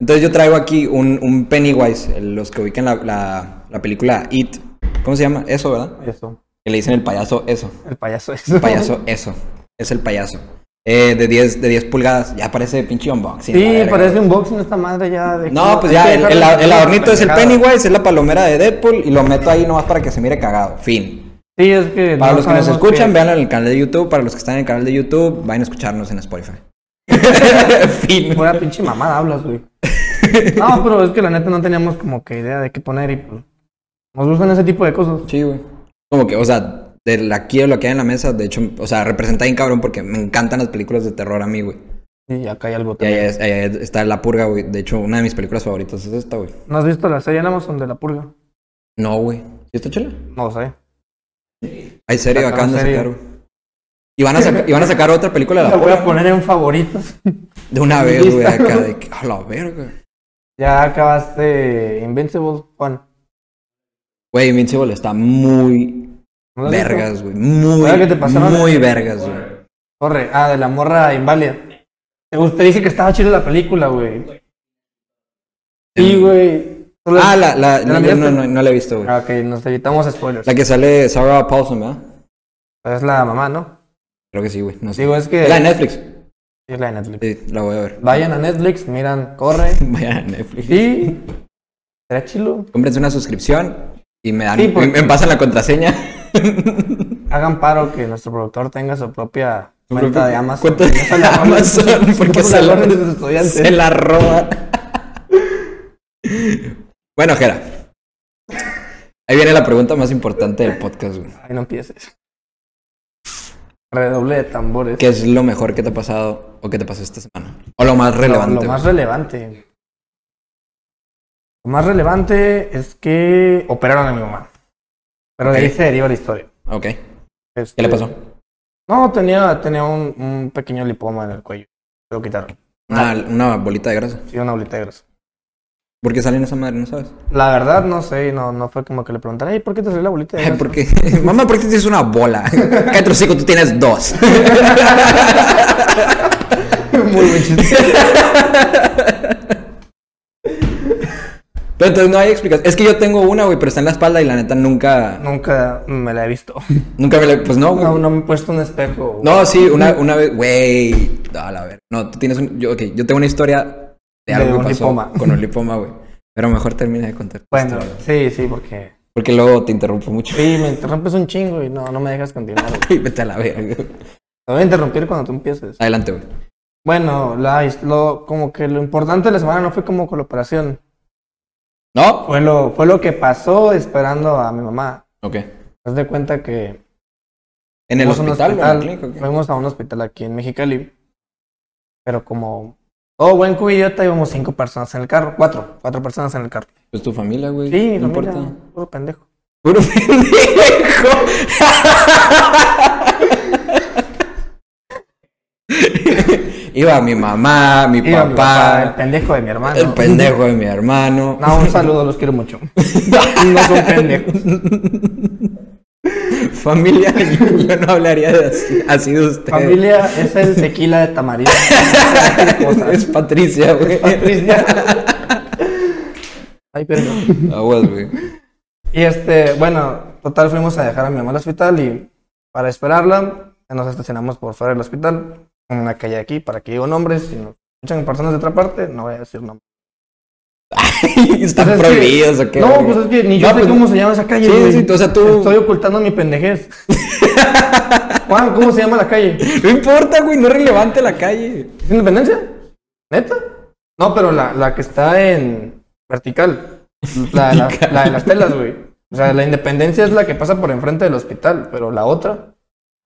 Entonces yo traigo aquí un, un Pennywise, el- los que ubican la, la, la película It. ¿Cómo se llama? Eso, ¿verdad? Eso. Que le dicen el payaso eso. El payaso eso. El payaso eso. Es el payaso. Eh, de 10 de 10 pulgadas. Ya parece pinche unboxing. la Sí, verga, parece un boxing esta madre ya. de- No, pues hay ya, que el, el- dejarle- el adornito es el pendejada. Pennywise, es la palomera de Deadpool y lo meto ahí nomás para que se mire cagado. Fin. Sí, es que. Para no los que nos sabemos escuchan, qué- véanlo en el canal de YouTube. Para los que están en el canal de YouTube, vayan a escucharnos en Spotify. fin. Pura pinche mamada hablas, güey. No, pero es que la neta no teníamos como que idea de qué poner y pues. Nos gustan ese tipo de cosas. Sí, güey. Como que, o sea, de la- aquí o lo que hay en la mesa, de hecho, o sea, representa bien cabrón porque me encantan las películas de terror a mí, güey. Y acá hay algo Y también. ahí, es- ahí está La Purga, güey. De hecho, una de mis películas favoritas es esta, güey. ¿No has visto la serie en Amazon de la purga? No, güey. ¿Sí está chela? No sé. Hay serio, Sacaron acaban de serie. sacar, güey. Y van, a saca- y van a sacar otra película de La la voy purga. a poner en favoritos. De una en mi vez, güey, lista. acá de que, a la verga. Ya acabaste Invincible, Juan. Güey, Invincible está muy ¿No la has visto? vergas, güey. Muy, Ahora que te pasaron- muy vergas, güey. Corre. Ah, de la morra inválida. Te gust- te dije que estaba chida la película, güey. Sí, güey. Tú la- Ah, la, la, ¿Ya no, la yo miraste? no, no, no la he visto, güey. Ah, Ok, nos evitamos spoilers. La que sale Sarah Paulson, ¿verdad? Es la mamá, ¿no? Creo que sí, güey. No sé. Digo, es que La de Netflix. es la de Netflix. Sí, la voy a ver. Vayan a Netflix, miran, corre. Vayan a Netflix. Sí. Será chilo. Cómprense una suscripción y me dan, Sí, porque- me, me pasan la contraseña. Hagan paro que nuestro productor tenga su propia Su cuenta propia de Amazon. cuenta de Ya se la roban Amazon, sus- porque se se la la- roban sus estudiantes. Se la roba. bueno, Jera. Ahí viene la pregunta más importante del podcast, güey. Ay, no empieces. Redoble de tambores. ¿Qué es lo mejor que te ha pasado o que te pasó esta semana? O lo más Lo- relevante. Lo, güey. más relevante. Lo más relevante es que operaron a mi mamá. Pero de ahí Ok. se deriva la historia. Ok. ¿Qué Este, le pasó? No, tenía, tenía un, un pequeño lipoma en el cuello. Lo quitaron. Una, una bolita de grasa. Sí, una bolita de grasa. ¿Por qué salen esa madre? No sabes. La verdad, no sé, no, no fue como que le preguntaran, "Ey, ¿por qué te salió la bolita de Ay, grasa?" ¿por qué? Mamá, ¿por qué tienes una bola? Cállate, hocico, tú tienes dos. Muy buen chiste. Pero entonces no hay explicación. Es que yo tengo una, güey, pero está en la espalda y la neta nunca. Nunca me la he visto. Nunca me la. Pues no, güey. No, no me he puesto un espejo. No, sí, una, una vez, güey. A la ver. No, tú tienes un. Yo, ok, yo tengo una historia de De algo un que pasó lipoma. con un lipoma, güey. Pero mejor termina de contar. tu Bueno, historia, sí, sí, porque Porque luego te interrumpo mucho. Sí, me interrumpes un chingo y no, no me dejas continuar. güey. Y vete a la verga. Te voy a interrumpir cuando tú empieces. Adelante, güey. Bueno, la, his- lo, como que lo importante de la semana no fue como que la operación. ¿No? Fue lo, fue lo que pasó esperando a mi mamá. Ok. Haz de cuenta que ¿En el fuimos a un hospital, o en la hospital, clínica o qué? fuimos a un hospital aquí en Mexicali. Pero como todo buen cubillota íbamos cinco personas en el carro, cuatro, cuatro personas en el carro. Pues tu familia, güey. Sí, no no mira, importa. puro pendejo. Puro pendejo. Iba mi mamá, mi Iba papá, mi papá, el pendejo de mi hermano. el pendejo de mi hermano. No, un saludo, los quiero mucho. No son pendejos. Familia, yo, yo no hablaría de así, así de usted. Familia es el tequila de tamarindo. Es Patricia, güey. Patricia. Ay, perdón. Aguas, güey. Y este, bueno, total fuimos a dejar a mi mamá al hospital y para esperarla nos estacionamos por fuera del hospital, en una calle de aquí, para que digo nombres, si nos escuchan personas de otra parte, no voy a decir nombres. Están Pues es que- prohibidos, ¿o qué? No, güey? pues es que ni yo No, sé pues- cómo se llama esa calle. Sí, güey. sí, o sea, tú- Estoy ocultando mi pendejez. Juan, ¿cómo se llama la calle? No importa, güey, no es relevante la calle. ¿Es Independencia? ¿Neta? No, pero la, la que está en vertical. La, de las- la de las telas, güey. O sea, la Independencia es la que pasa por enfrente del hospital, pero la otra.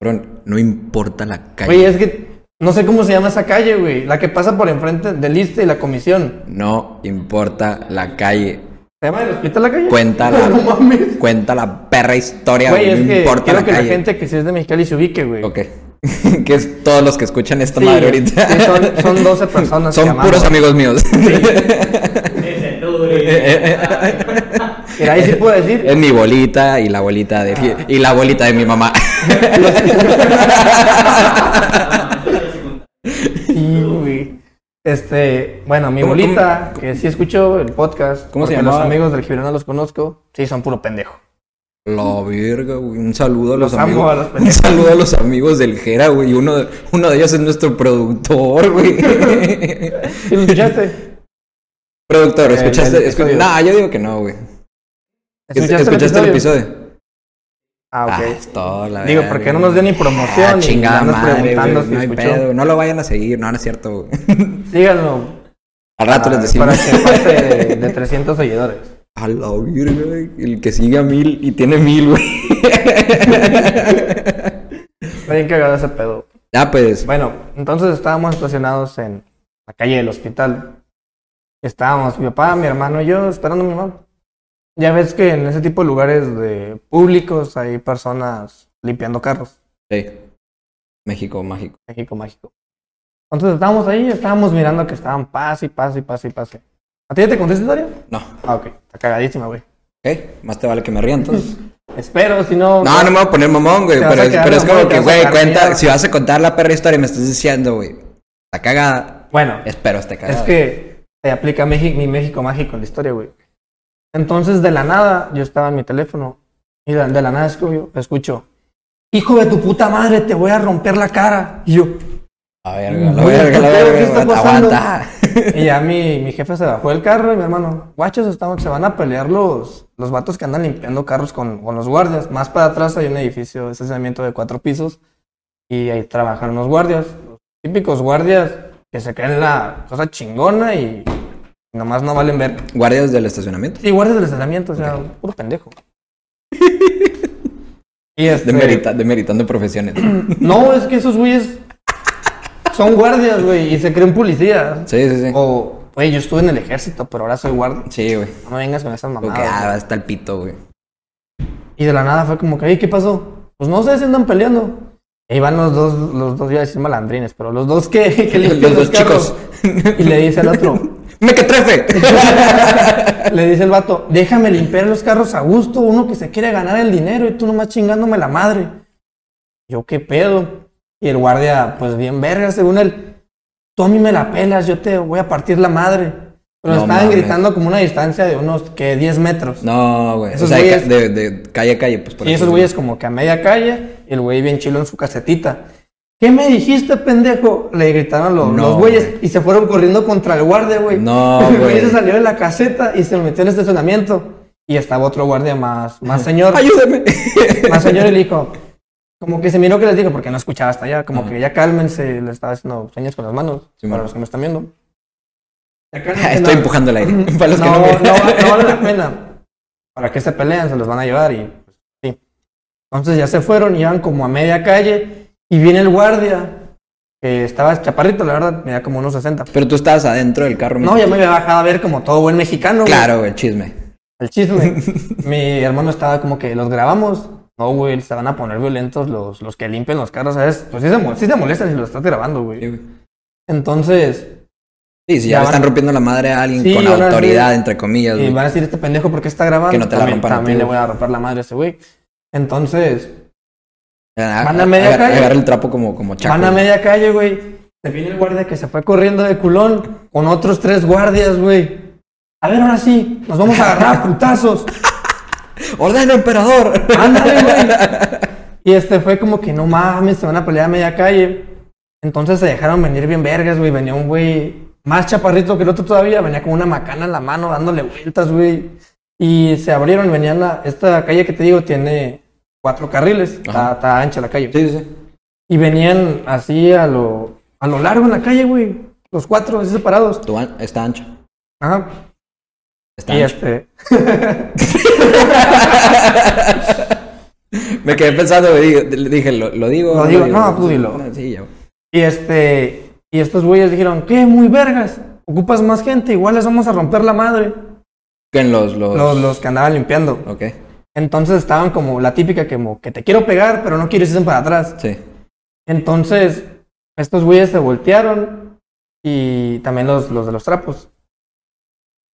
Cabrón, no importa la calle. Güey, es que no sé cómo se llama esa calle, güey. La que pasa por enfrente del ISTE y la comisión. No importa la calle. ¿Se llama el hospital la calle? Cuenta No, la, no mames. cuenta la perra historia, Güey, güey. es No que importa quiero la que calle. la gente que sí es de Mexicali se ubique, güey. Ok. que es todos los que escuchan esta Sí, madre ahorita. sí, son, son 12 personas. Son que amamos. puros amigos míos. Eh, Desde tú, güey. Mira, ahí sí puedo decir. es mi bolita y la bolita de Fie- y la bolita de mi mamá. Sí, güey. Este, bueno, mi ¿Cómo- bolita, que sí escucho el podcast. ¿Cómo se porque llamaba? Los amigos del Gibran los conozco. Sí, son puro pendejo. La verga, güey. Un saludo a los, Los amo amigos. a los un pendejos. saludo a los amigos del Jera, güey. Uno, de- uno de ellos es nuestro productor, güey. ¿Sí lo escuchaste? productor, El- ¿escuchaste? el escu- episodio. Nah, yo digo que no, güey. ¿Escuchaste, el episodio? Ah, Ah, ok. es todo, la Digo, verga, porque no güey. nos dio ni promoción. Ah, y chingada andas madre, preguntando güey, si no hay escuchó. pedo. No lo vayan a seguir, no, no es cierto. güey. Síganlo. Al rato les decimos. Ah, Para que pase de, de 300 seguidores. A la virga, güey, el que sigue a mil y tiene mil, güey. Está bien cagado ese pedo. Ya, pues. Bueno, entonces estábamos estacionados en la calle del hospital. Estábamos mi papá, mi hermano y yo esperando a mi mamá. Ya ves que en ese tipo de lugares de públicos hay personas limpiando carros. sí. México mágico. México mágico. Entonces estábamos ahí, estábamos mirando que estaban pase y pase y pase y pase. ¿A ti ya te conté esta historia? No. Ah, ok. Está cagadísima, güey. ¿Ok? Más te vale que me ría entonces. Espero, si no... No, no me voy a poner mamón, güey. Te vas Pero, a es- quedar pero es mamón, como te que, vas a güey, quedar cuenta. callado. Si vas a contar la perra historia y me estás diciendo, güey. Está cagada. Bueno, Espero esté cagada. Es que se aplica México, mi México mágico en la historia, güey. Entonces, de la nada, yo estaba en mi teléfono y de, de la nada escucho, escucho, hijo de tu puta madre, te voy a romper la cara. Y yo, La verga, la Güey, verga, la ¿qué verga. está aguanta, pasando? Aguanta. y ya mi, mi jefe se bajó del carro y mi hermano, guachos, estamos, se van a pelear los, los vatos que andan limpiando carros con, con los guardias. Más para atrás hay un edificio de estacionamiento de cuatro pisos y ahí trabajan los guardias, los típicos guardias que se creen la cosa chingona y nomás no valen ver. Guardias del estacionamiento. Sí, guardias del estacionamiento, o sea, puro pendejo. y este, Demerita- demeritando profesiones. No, es que esos güeyes son guardias, güey, y se creen policías. Sí, sí, sí. O, güey, yo estuve en el ejército, pero ahora soy guardia. Sí, güey. No me vengas con esas Como mamadas. que, ah, güey. está el pito, güey. Y de la nada fue como que, "Ey, ¿qué pasó? Pues no sé, se andan peleando. Y van los dos, los dos, iba a decir malandrines, pero los dos que, que Los limpian dos carros. chicos. Y le dice al otro, ¡Me que trefe! Le dice el vato, déjame limpiar los carros a gusto, uno que se quiere ganar el dinero y tú nomás chingándome la madre. Yo qué pedo. Y el guardia, pues bien verga, según él, tú a mí me la pelas, yo te voy a partir la madre. Pero No estaban mames. gritando como una distancia de unos que 10 metros. No, güey. O Esos sea, de ca- güeyes- de, de calle a calle, pues por y así esos decirlo. güeyes como que a media calle, y el güey bien chilo en su casetita. ¿Qué me dijiste, pendejo? Le gritaron los, No, los güeyes güey. y se fueron corriendo contra el guardia, güey. No, El güey. se salió de la caseta y se metió en el estacionamiento. Y estaba otro guardia más, más señor. ¡Ayúdame! más señor y le dijo, como que se miró que les dijo, porque no escuchaba hasta allá, como que ya cálmense, le estaba haciendo señas con las manos, Sí, para man. los que me están viendo. Acá no- Estoy no- empujando el aire. Para los que no, no no, vieron. va- no vale la pena. ¿Para qué se pelean? Se los van a llevar y pues, sí. Entonces ya se fueron, iban como a media calle y viene el guardia, que estaba chaparrito, la verdad, medía como unos 60. Pero tú estabas adentro del carro. No, ya me había bajado a ver como todo buen mexicano. güey. Claro, güey, chisme. El chisme. Mi hermano estaba como que los grabamos. No, güey, se van a poner violentos los, los que limpian los carros, ¿sabes? Pues sí se, mo- sí se molestan si los estás grabando, Sí, güey. güey. Entonces, Sí, si Ya ya le van- están rompiendo la madre a alguien Sí, con ahora sí. autoridad, entre comillas, Y güey. van a decir, este pendejo, ¿por qué está grabando? Que no te la también, rompan a ti, también le voy güey. a romper la madre a ese güey. Entonces, A- van a a- media agar- calle. Agarra el trapo como, como chaco. van a güey. media calle, güey. Se viene el guardia que se fue corriendo de culón con otros tres guardias, güey. A ver, ahora sí, nos vamos a agarrar a putazos. ¡Ordena, emperador! Ándale, güey. Y este fue como que no mames, se van a pelear a media calle. Entonces se dejaron venir bien vergas, güey. Venía un güey más chaparrito que el otro todavía. Venía con una macana en la mano dándole vueltas, güey. Y se abrieron, venían la... Esta calle que te digo tiene cuatro carriles. Está, Ajá. está ancha la calle. Sí, sí, sí. Y venían así a lo, a lo largo en la calle, güey. Los cuatro, así separados. Tu an- está ancho. Ajá. Está Y ancho. este... Me quedé pensando, güey. digo- Le dije, ¿lo, lo digo? Lo o digo, no, tú dilo. Sí, ya, güey. Y este, y estos güeyes dijeron, ¿qué? Muy vergas, ocupas más gente, igual les vamos a romper la madre. Que en los... los... Los, los que andaban limpiando. Ok, Entonces estaban como la típica, que como que te quiero pegar, pero no quieres irse para atrás. sí. Entonces, estos güeyes se voltearon y también los, los de los trapos.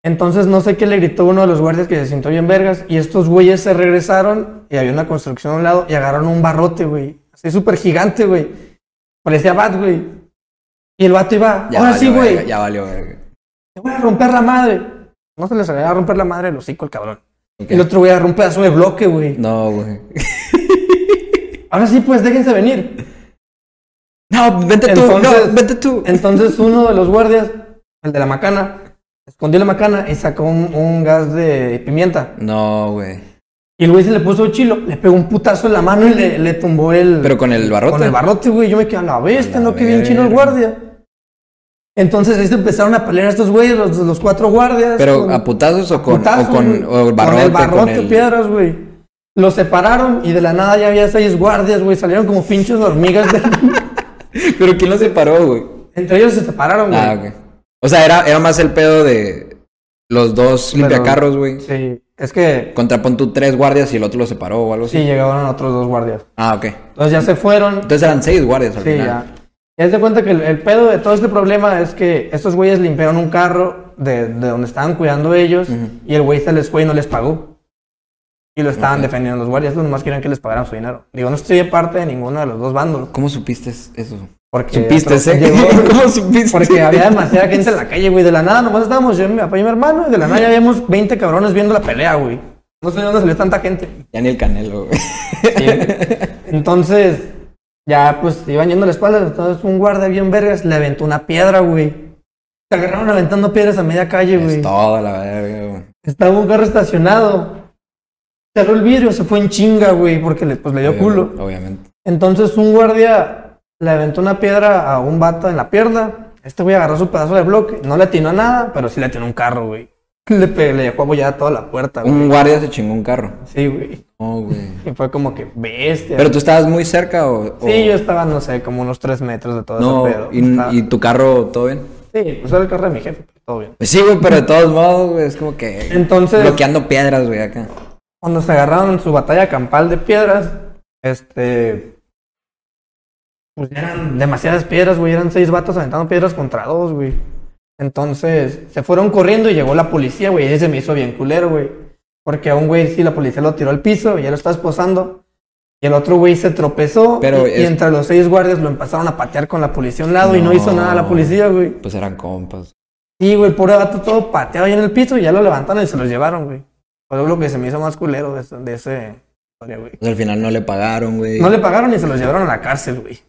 Entonces, no sé qué le gritó uno de los guardias que se sintió bien vergas. Y estos güeyes se regresaron y había una construcción a un lado y agarraron un barrote, güey. Así súper gigante, güey. Parecía Bat, güey. Y el vato iba, Ya ahora valió, sí, güey, verga, Ya valió, verga. te voy a romper la madre. No se les va a romper la madre el hocico, el cabrón. Ok. El otro güey agarró un pedazo de bloque, güey. No, güey. Ahora sí, pues, déjense venir. No, vente tú, Entonces- no, vente tú. Entonces uno de los guardias, el de la macana, escondió la macana y sacó un, un gas de pimienta. No, güey. Y el güey se le puso chilo, le pegó un putazo en la mano y le, le tumbó el... Pero con el barrote. Con el barrote, güey. Yo me quedé a la bestia, A la no, que bien chino el verga. guardia. Entonces ahí se empezaron a pelear estos güeyes, los, los cuatro guardias. Pero con- a putazos o con, putazos, o con güey. o el barrote. Con el barrote, el- piedras, güey. Los separaron y de la nada ya había seis guardias, güey. Salieron como pinches hormigas. de- Pero ¿quién lo separó, güey? Entre ellos se separaron, güey. Ah, ok. O sea, era, era más el pedo de los dos Pero- limpiacarros, güey. Sí, es que Contra pon tú tres guardias y el otro lo separó o algo así. sí llegaron otros dos guardias. Ah, ok. Entonces ya se fueron. Entonces eran seis guardias al sí, final. ya. Y haz de cuenta que el, el pedo de todo este problema es que estos güeyes limpiaron un carro de, de donde estaban cuidando ellos Ujú. y el güey se les fue y no les pagó. Y lo estaban defendiendo los guardias, los nomás querían que les pagaran su dinero. Digo, no estoy de parte de ninguno de los dos bandos. ¿Cómo supiste eso? Porque Supiste, Eh, otro- ¿eh? llegó- ¿Cómo supiste? Porque había demasiada gente en la calle, güey. De la nada, nomás estábamos yo, mi papá y mi hermano. Y de la nada ya habíamos 20 cabrones viendo la pelea, güey. No sé de dónde salió tanta gente. Ya ni el canelo, güey. Entonces, ya pues iban yendo la espalda. Entonces, un guardia bien vergas le aventó una piedra, güey. Se agarraron aventando piedras a media calle, güey. Es toda la verga, güey. Estaba un carro estacionado. Cerró el vidrio, se fue en chinga, güey, porque le, pues, le dio culo. Obviamente. Entonces un guardia le aventó una piedra a un vato en la pierna. Este güey agarró su pedazo de bloque. No le atinó a nada, pero sí le atinó a un carro, güey. Le, pe- le dejó abollada toda la puerta, güey. Un guardia se chingó un carro. Sí, güey. No, güey. Y fue como que bestia. Pero tú estabas muy cerca o. o- Sí, yo estaba, no sé, como unos tres metros de todo No, ese pedo. Estaba- y, y tu carro, ¿todo bien? Sí, pues era el carro de mi jefe, pero todo bien. Pues sí, güey, pero de todos modos, güey, es como que. Entonces- Bloqueando piedras, güey, acá. Cuando se agarraron en su batalla campal de piedras, este... Pues ya eran demasiadas piedras, güey. Eran seis vatos aventando piedras contra dos, güey. Entonces, se fueron corriendo y llegó la policía, güey. Y ese me hizo bien culero, güey. Porque a un güey, sí, la policía lo tiró al piso, ya lo está esposando. Y el otro güey se tropezó. Pero y, y es- entre los seis guardias lo empezaron a patear con la policía a un lado y no No. hizo nada la policía, güey. Pues eran compas. Sí, güey, el pobre gato todo pateado ahí en el piso y ya lo levantaron y se los llevaron, güey. Fue lo que se me hizo más culero de, ese- de ese historia, güey. Pues al final no le pagaron, güey. No le pagaron y se los llevaron a la cárcel, güey.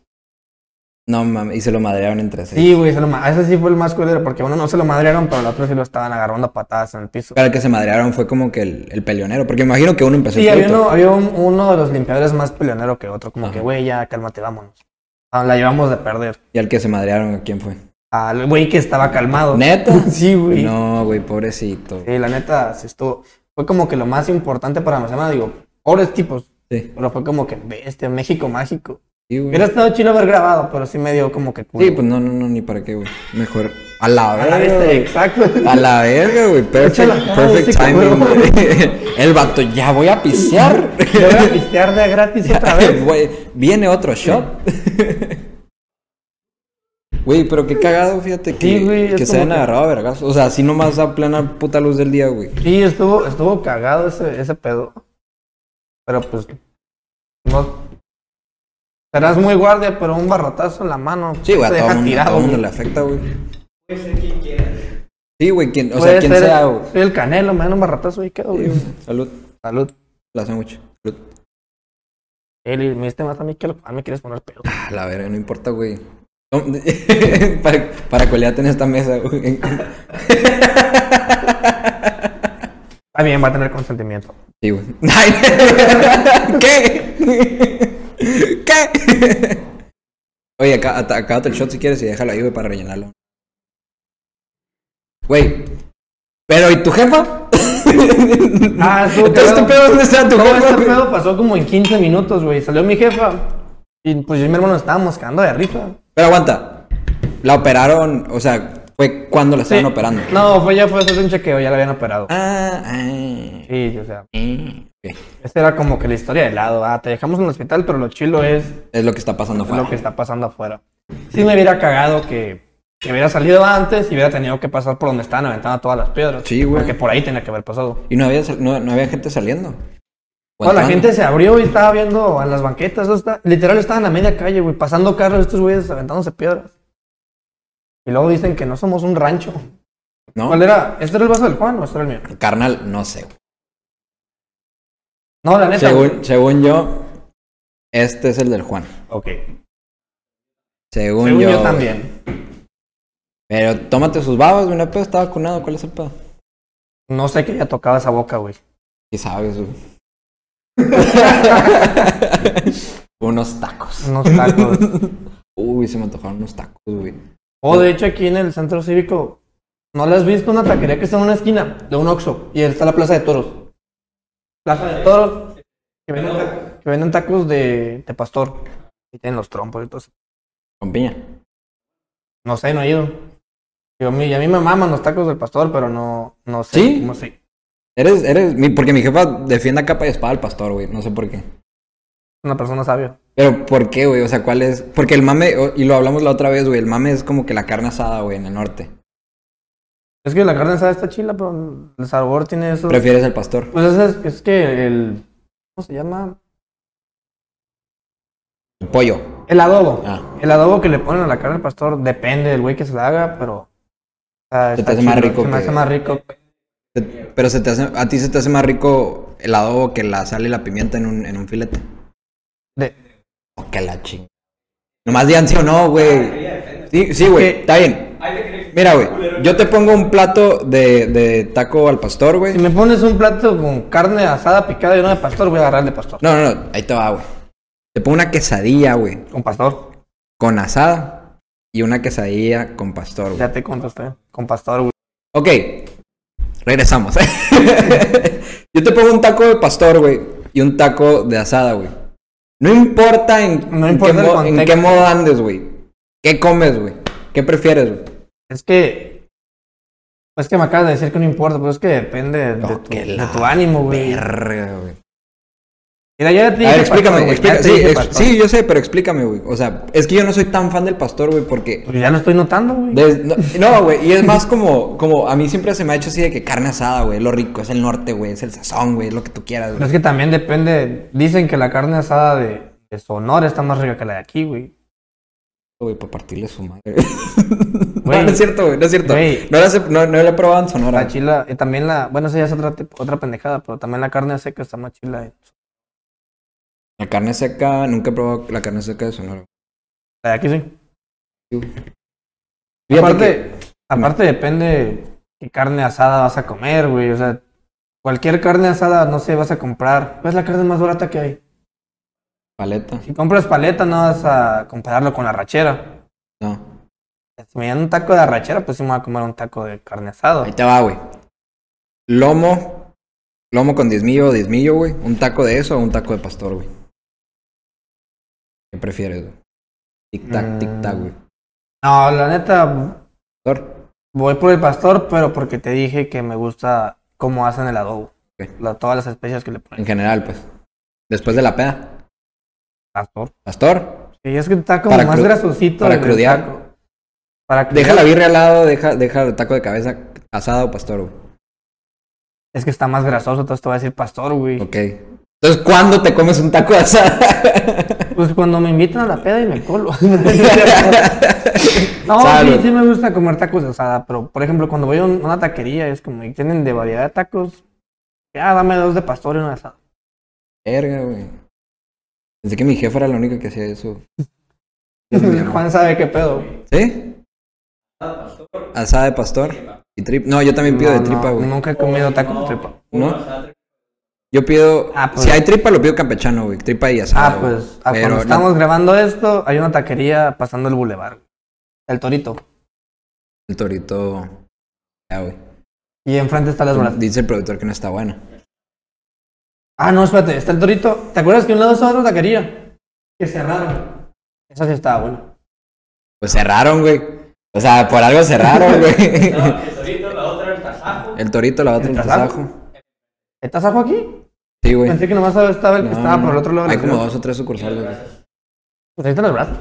No mames, y se lo madrearon entre sí. Sí, güey, se lo ma- ese sí fue el más culero porque a uno no se lo madrearon, pero al otro sí lo estaban agarrando a patadas en el piso. Para el que se madrearon fue como que el, el peleonero, porque me imagino que uno empezó Sí, había solito. uno, había un- uno de los limpiadores más peleonero que otro, como que, güey, ya cálmate, vámonos. Ah, La llevamos de perder. Y al que se madrearon, ¿a quién fue? al güey que estaba calmado. ¿Neta? Sí, güey. No, güey, pobrecito. Sí, la neta, sí estuvo. Fue como que lo más importante para mi semana, digo, pobres tipos. Sí. Pero fue como que bestia, México mágico. Sí, güey. Hubiera estado chido haber grabado, pero sí me dio como que culo. Sí, pues no, no, no, ni para qué, güey. Mejor a la A la verga. bestia, güey. exacto. A la verga, güey. Perfect, Échala, Ah, cara, perfect ese timing, cabrón. güey. El vato, ya voy a pisear. Yo voy a pistear de gratis otra vez. Güey, Viene otro shot. Güey, pero qué cagado, fíjate que, Sí, güey, es que se como hayan que- agarrado a vergas. O sea, así nomás a plena puta luz del día, güey. Sí, estuvo, estuvo cagado ese, ese pedo. Pero pues. No. Serás muy guardia, pero un barrotazo en la mano. Sí, güey, a te todo deja mundo, a tirado, todo mundo güey. le afecta, güey. Puede ser quien quiera. Sí, güey, quien, o sea, Puede quien ser sea, el- güey. soy el canelo, me dan un barrotazo y quedo, güey. Salud, Salud. la hace mucho. Salud. Eli, me diste más a mí que lo- a mí quieres poner pedo. A Ah, la verga, no importa, güey. No, para, para colearte en esta mesa, güey. También va a tener consentimiento. Sí, güey. Ay, ¿Qué? ¿Qué? Oye, acá, acá- acábate el shot si quieres y déjalo ahí, güey, para rellenarlo. Güey. Pero, ¿y tu jefa? Ah, estuvo Entonces, ¿este cagado. pedo dónde está tu No, jefa? este güey? pedo pasó como en 15 minutos, güey. Salió mi jefa. Y pues yo y mi hermano estábamos cagando de rifa. Pero aguanta. La operaron, o sea, fue cuando la Sí. estaban operando. No, fue ya fue hacer un chequeo, ya la habían operado. Ah, ah. Sí, o sea. eh, ok. Esta era como que la historia de lado. Ah, te dejamos en el hospital, pero lo chilo es Es lo que está pasando afuera. lo que está pasando afuera. Sí me hubiera cagado que, que hubiera salido antes y hubiera tenido que pasar por donde estaban aventando todas las piedras. Sí, güey. Porque por ahí tenía que haber pasado. Y no había, sal- no, no había gente saliendo. Toda la Aguantando. gente se abrió y estaba viendo a las banquetas. eso está- literal, estaban a media calle, güey, pasando carros estos güeyes aventándose piedras. Y luego dicen que no somos un rancho. ¿No? ¿Cuál era? ¿Este era el vaso del Juan o este era el mío? Carnal, no sé. güey. No, la neta. güey. Según, según yo, este es el del Juan. Ok. Según, Según yo, güey. también. Pero tómate sus babas, güey. No hay pedo, está vacunado. ¿Cuál es el pedo? No sé qué ya tocaba esa boca, güey. ¿Qué sabes, güey? unos tacos. Unos tacos. Uy, se me antojaron unos tacos, güey. O de hecho aquí en el centro cívico, ¿no le has visto una taquería que está en una esquina de un Oxxo? Y está la Plaza de Toros. Plaza de Toros. Que venden, ta- que venden tacos de, de pastor. Y tienen los trompos y todo eso. Con piña. No sé, no he ido. Yo, mi, a mí me maman los tacos del pastor, pero no, no sé. ¿Sí? cómo se- Eres, eres. mi- Porque mi jefa defiende a capa y espada al pastor, güey. No sé por qué. Una persona sabia. Pero ¿por qué, güey? O sea, ¿cuál es? Porque el mame, o- y lo hablamos la otra vez, güey, el mame es como que la carne asada, güey, en el norte. Es que la carne asada está chila, pero el sabor tiene eso. ¿Prefieres el pastor? Pues es, es que el... ¿Cómo se llama? El pollo. El adobo. Ah. El adobo que le ponen a la carne al pastor depende del güey que se la haga, pero. o sea, Se te está hace más chido, rico Se me que- eh. hace más rico. Te- Pero se te hace, a ti se te hace más rico el adobo que la sal y la pimienta en un, en un filete. De- O que la ching. Nomás digan sí o no, güey. Ah, Sí, sí, güey, Que- está bien. Ahí te crees. Mira, güey, yo te pongo un plato de, de taco al pastor, güey. Si me pones un plato con carne asada picada y uno de pastor, voy a agarrar el de pastor. No, no, no, ahí te va, güey. Te pongo una quesadilla, güey, Con pastor. con asada y una quesadilla con pastor, güey. Ya te contesté. Con pastor, güey. Ok, regresamos. Yo te pongo un taco de pastor, güey, y un taco de asada, güey. No importa en, No en importa qué, el mo- en contexto. qué modo andes, güey. ¿Qué comes, güey? ¿Qué prefieres, güey? Es que. Es que me acabas de decir que no importa, pero es que depende de, Oh, tu, que de la tu ánimo, güey. Verga, güey. Mira, yo ya te A ver, dije pastor, explícame, güey, explícame. ya te Sí, dije ex- pastor. sí, yo sé, pero explícame, güey. O sea, es que yo no soy tan fan del pastor, güey, porque... Pues ya lo estoy notando, güey. des- no- No, güey, y es más como, como a mí siempre se me ha hecho así de que carne asada, güey, es lo rico, es el norte, güey, es el sazón, güey, es lo que tú quieras, Pero güey. es que también depende. Dicen que la carne asada de, de Sonora está más rica que la de aquí, güey. Güey, para partirle su madre. Güey. no, no es cierto, güey, no es cierto. Güey. Ah, No, lo hace- no, no lo he probado en Sonora. La chila, y también la, bueno, esa ya es otra, tip- otra pendejada, pero también la carne seca está más chila. eh. La carne seca, nunca he probado la carne seca de Sonora. La de aquí sí. Fíjate aparte, aparte depende qué carne asada vas a comer, güey. O sea, cualquier carne asada, no sé, vas a comprar. ¿Cuál es la carne más barata que hay? Paleta, Si compras paleta, no vas a compararlo con la rachera. no. Si me dan un taco de arrachera, pues sí me voy a comer un taco de carne asado. Ahí te va, güey. Lomo. Lomo con diezmillo o diezmillo, güey. Un taco de eso o un taco de pastor, güey. ¿Qué prefieres, güey? Tic tac, Ah. tic tac, güey. No, la neta, Pastor. voy por el pastor, pero porque te dije que me gusta cómo hacen el adobo. Ok. La- todas las especias que le En ponen. general, pues. Después de la peda. Pastor. Pastor. Y es que está como Para más cru- grasosito. para el crudear. taco. Para crudear. Deja la birria al lado, deja, deja el taco de cabeza asado o pastor, güey. Es que está más grasoso, entonces te voy a decir pastor, güey. Ok. Entonces, ¿cuándo te comes un taco de asado? Pues cuando me invitan a la peda y me colo. No, Salud. sí, sí me gusta comer tacos de asada, pero por ejemplo, cuando voy a un- una taquería, es como, y tienen de variedad de tacos, ya dame dos de pastor y una de asada. Verga, güey. Pensé que mi jefa era la única que hacía eso. Juan sabe qué pedo. ¿Sí? Asada de pastor y tripa. No, yo también pido No, de tripa, no, güey. Nunca he comido tacos de tripa. ¿No? Yo pido. Ah, pues. Si hay tripa, lo pido campechano, güey. Tripa y asada. Ah, güey. pues, ah, Pero cuando no- estamos grabando esto, hay una taquería pasando el bulevar, el Torito, El torito. Ya, güey. y enfrente están Mm. las bolas. Dice el productor que no está buena. Ah, no, espérate, está el Torito. ¿Te acuerdas que a un lado estaba otra taquería? Que cerraron. Esa sí estaba buena. Pues cerraron, güey. O sea, por algo cerraron, güey. el torito, la otra, el tasajo. El torito, la otra, ¿El el tasajo? tasajo. ¿Estás ajo aquí? Sí, güey. Pensé que nomás estaba el que No, estaba por el no. otro lado. de Hay la como ciudad. dos o tres sucursales, güey. Pues ahí están los brazos.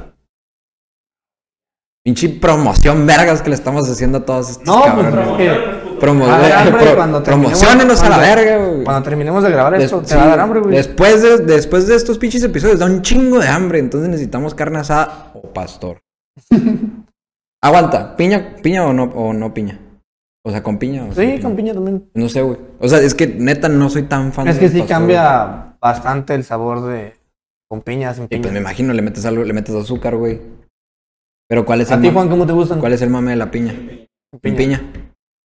Pinche promoción, vergas, que le estamos haciendo a todos estos No, pues, cabrones. pero- Promo- A ver, hambre, pro- cuando terminemos- promocionenos a la cuando- verga, güey. Cuando terminemos de grabar Des- esto, te sí, va a dar hambre, güey. Después de, después de estos pinches episodios da un chingo de hambre, entonces necesitamos carne asada o pastor. Aguanta, piña, piña o no, o no piña. O sea, con piña o sin Sí, con piña también. No sé, güey. O sea, es que neta no soy tan fan Es del que sí pastor, güey. cambia bastante el sabor de con piña, sin Y pues me piña. imagino, le metes algo, le metes azúcar, güey. Pero ¿cuál es el ¿A ti, mame? Juan, cómo te gustan? ¿Cuál es el mame de la piña? Piña. piña.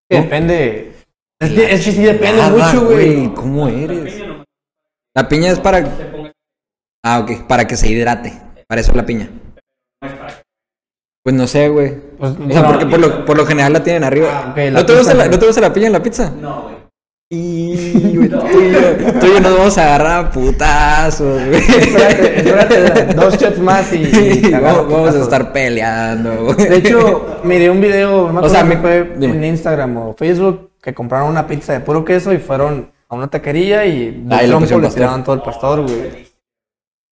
Que ¿No? Depende. Es que, es que sí depende Nada, mucho, güey. Ah, ¿Cómo La eres? piña nomás La piña es para se ponga- Ah, ok, para que se hidrate. Para eso la piña. no es para- Pues no sé, güey. Pues, O sea, no, porque por lo, por lo general la tienen arriba. Ah, ok, la ¿No, te pizza, gusta la, güey. ¿No te gusta la piña en la pizza? No, güey. Y, güey, tú, y yo, tú y yo nos vamos a agarrar a putazos, güey. Espérate, espérate, dos shots más y, y te agarro vamos, vamos a putazos. estar peleando, güey. De hecho, miré un video, no me O sea, acuerdo si mi- fue dime. en Instagram o Facebook, que compraron una pizza de puro queso y fueron a una taquería y de Ah, y le trompo pusieron le pastor. tiraron todo el pastor, güey.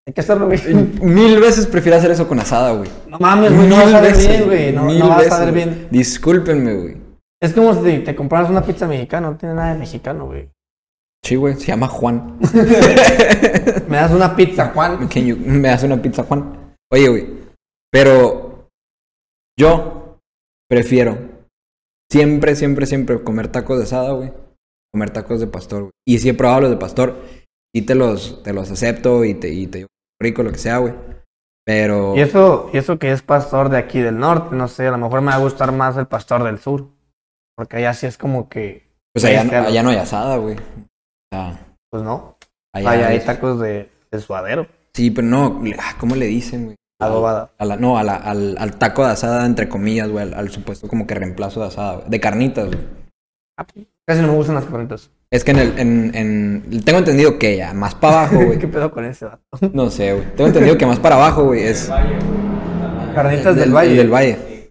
Hay que hacerlo, güey. mil veces prefiero hacer eso con asada, güey. No mames, güey, Mil no vas a ver veces, bien, güey. No, mil no vas a veces, ver güey. bien. Discúlpenme, güey. Es como si te compraras una pizza mexicana, no tiene nada de mexicano, güey. Sí, güey, se llama Juan. Me das una pizza, Juan. Can you- me hace una pizza, Juan. Oye, güey. Pero yo prefiero siempre, siempre, siempre comer tacos de asada, güey. Comer tacos de pastor, güey. Y si he probado los de pastor, y te los, te los acepto y te, y te rico, lo que sea, güey. Pero. Y eso, y eso que es pastor de aquí del norte, no sé, a lo mejor me va a gustar más el pastor del sur. Porque allá sí es como que, Pues allá, no- Este, allá no hay asada, güey. O sea, pues no. allá. Allá hay es- tacos de, de suadero, Sí, pero no. le- ah, ¿Cómo le dicen, güey? adobada. A la- no, a la- al, al taco de asada, entre comillas, güey. Al, al supuesto como que reemplazo de asada, güey. De carnitas, güey. Ah, pues, Casi no me gustan las carnitas. Es que en el, en, en- tengo entendido que ya, más para abajo, güey. ¿Qué pedo con ese vato? No sé, güey. Tengo entendido que más para abajo, güey, es... Carnitas del, Valle. Ah, Del Valle.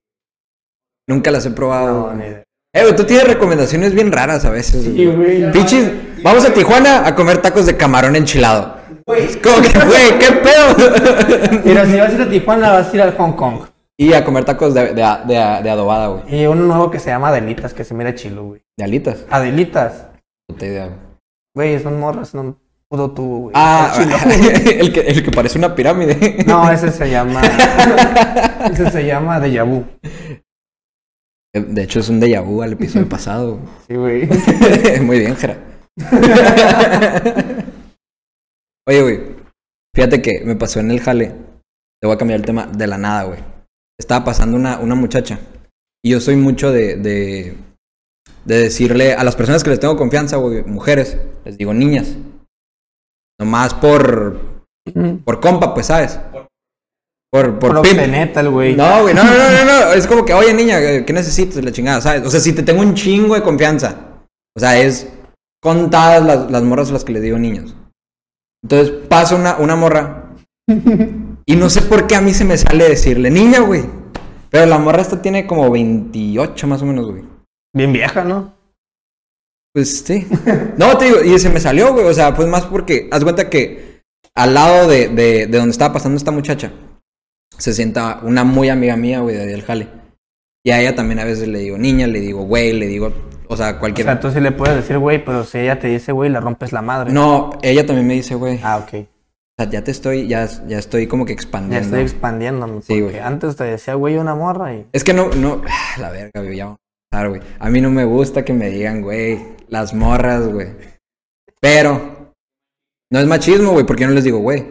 Nunca las he probado. No, ni idea. Eh, güey, tú tienes recomendaciones bien raras a veces, Y, güey. güey, Pichis, vamos a Tijuana a comer tacos de camarón enchilado. Es como que, güey, qué pedo. Mira, si vas a ir a Tijuana, vas a ir al Hong Kong. y a comer tacos de, de, de, de adobada, güey. Y uno nuevo que se llama Adelitas, que se mira chilo, güey. De alitas. Adelitas. Puta idea, güey. Güey, son morras en un puto tubo, güey. Ah, Está chilo. el que, el que parece una pirámide. No, ese se llama... ese se llama Deja Vu. De hecho, es un déjà vu al episodio pasado, güey. Sí, güey. Muy bien, Jera. Oye, güey. Fíjate que me pasó en el jale. Te voy a cambiar el tema de la nada, güey. Estaba pasando una, una muchacha. Y yo soy mucho de, de, de decirle a las personas que les tengo confianza, güey, mujeres, les digo niñas. Nomás por, por compa, pues, ¿sabes? Por, por Por pimp. el güey. No, güey, no, no, no, no, no. Es como que, oye, niña, eh, ¿qué necesitas? La chingada, ¿sabes? O sea, si te tengo un chingo de confianza. O sea, es contadas las, las morras a las que le digo niños. Entonces pasa una, una morra. Y no sé por qué a mí se me sale decirle niña, güey. Pero la morra esta tiene como 28 más o menos, güey. Bien vieja, ¿no? Pues sí. No, te digo, y se me salió, güey. O sea, pues más porque, haz cuenta que al lado de, de, de donde estaba pasando esta muchacha, se sienta una muy amiga mía, güey, de ahí del jale. Y a ella también a veces le digo niña, le digo güey, le digo, o sea, O cualquier. sea, tú sí le puedes decir, güey, pero si ella te dice, güey, le rompes la madre. no, ella también me dice, güey. Ah, ok. O sea, ya te estoy, ya, ya estoy como que Ya expandiendo. estoy expandiéndome. Sí, porque güey. antes te decía, güey, una morra y. Es que no, no, la verga, güey, ya vamos a empezar, güey. A mí no me gusta que me digan, güey, las morras, güey. Pero no es machismo, güey, porque yo no les digo, güey.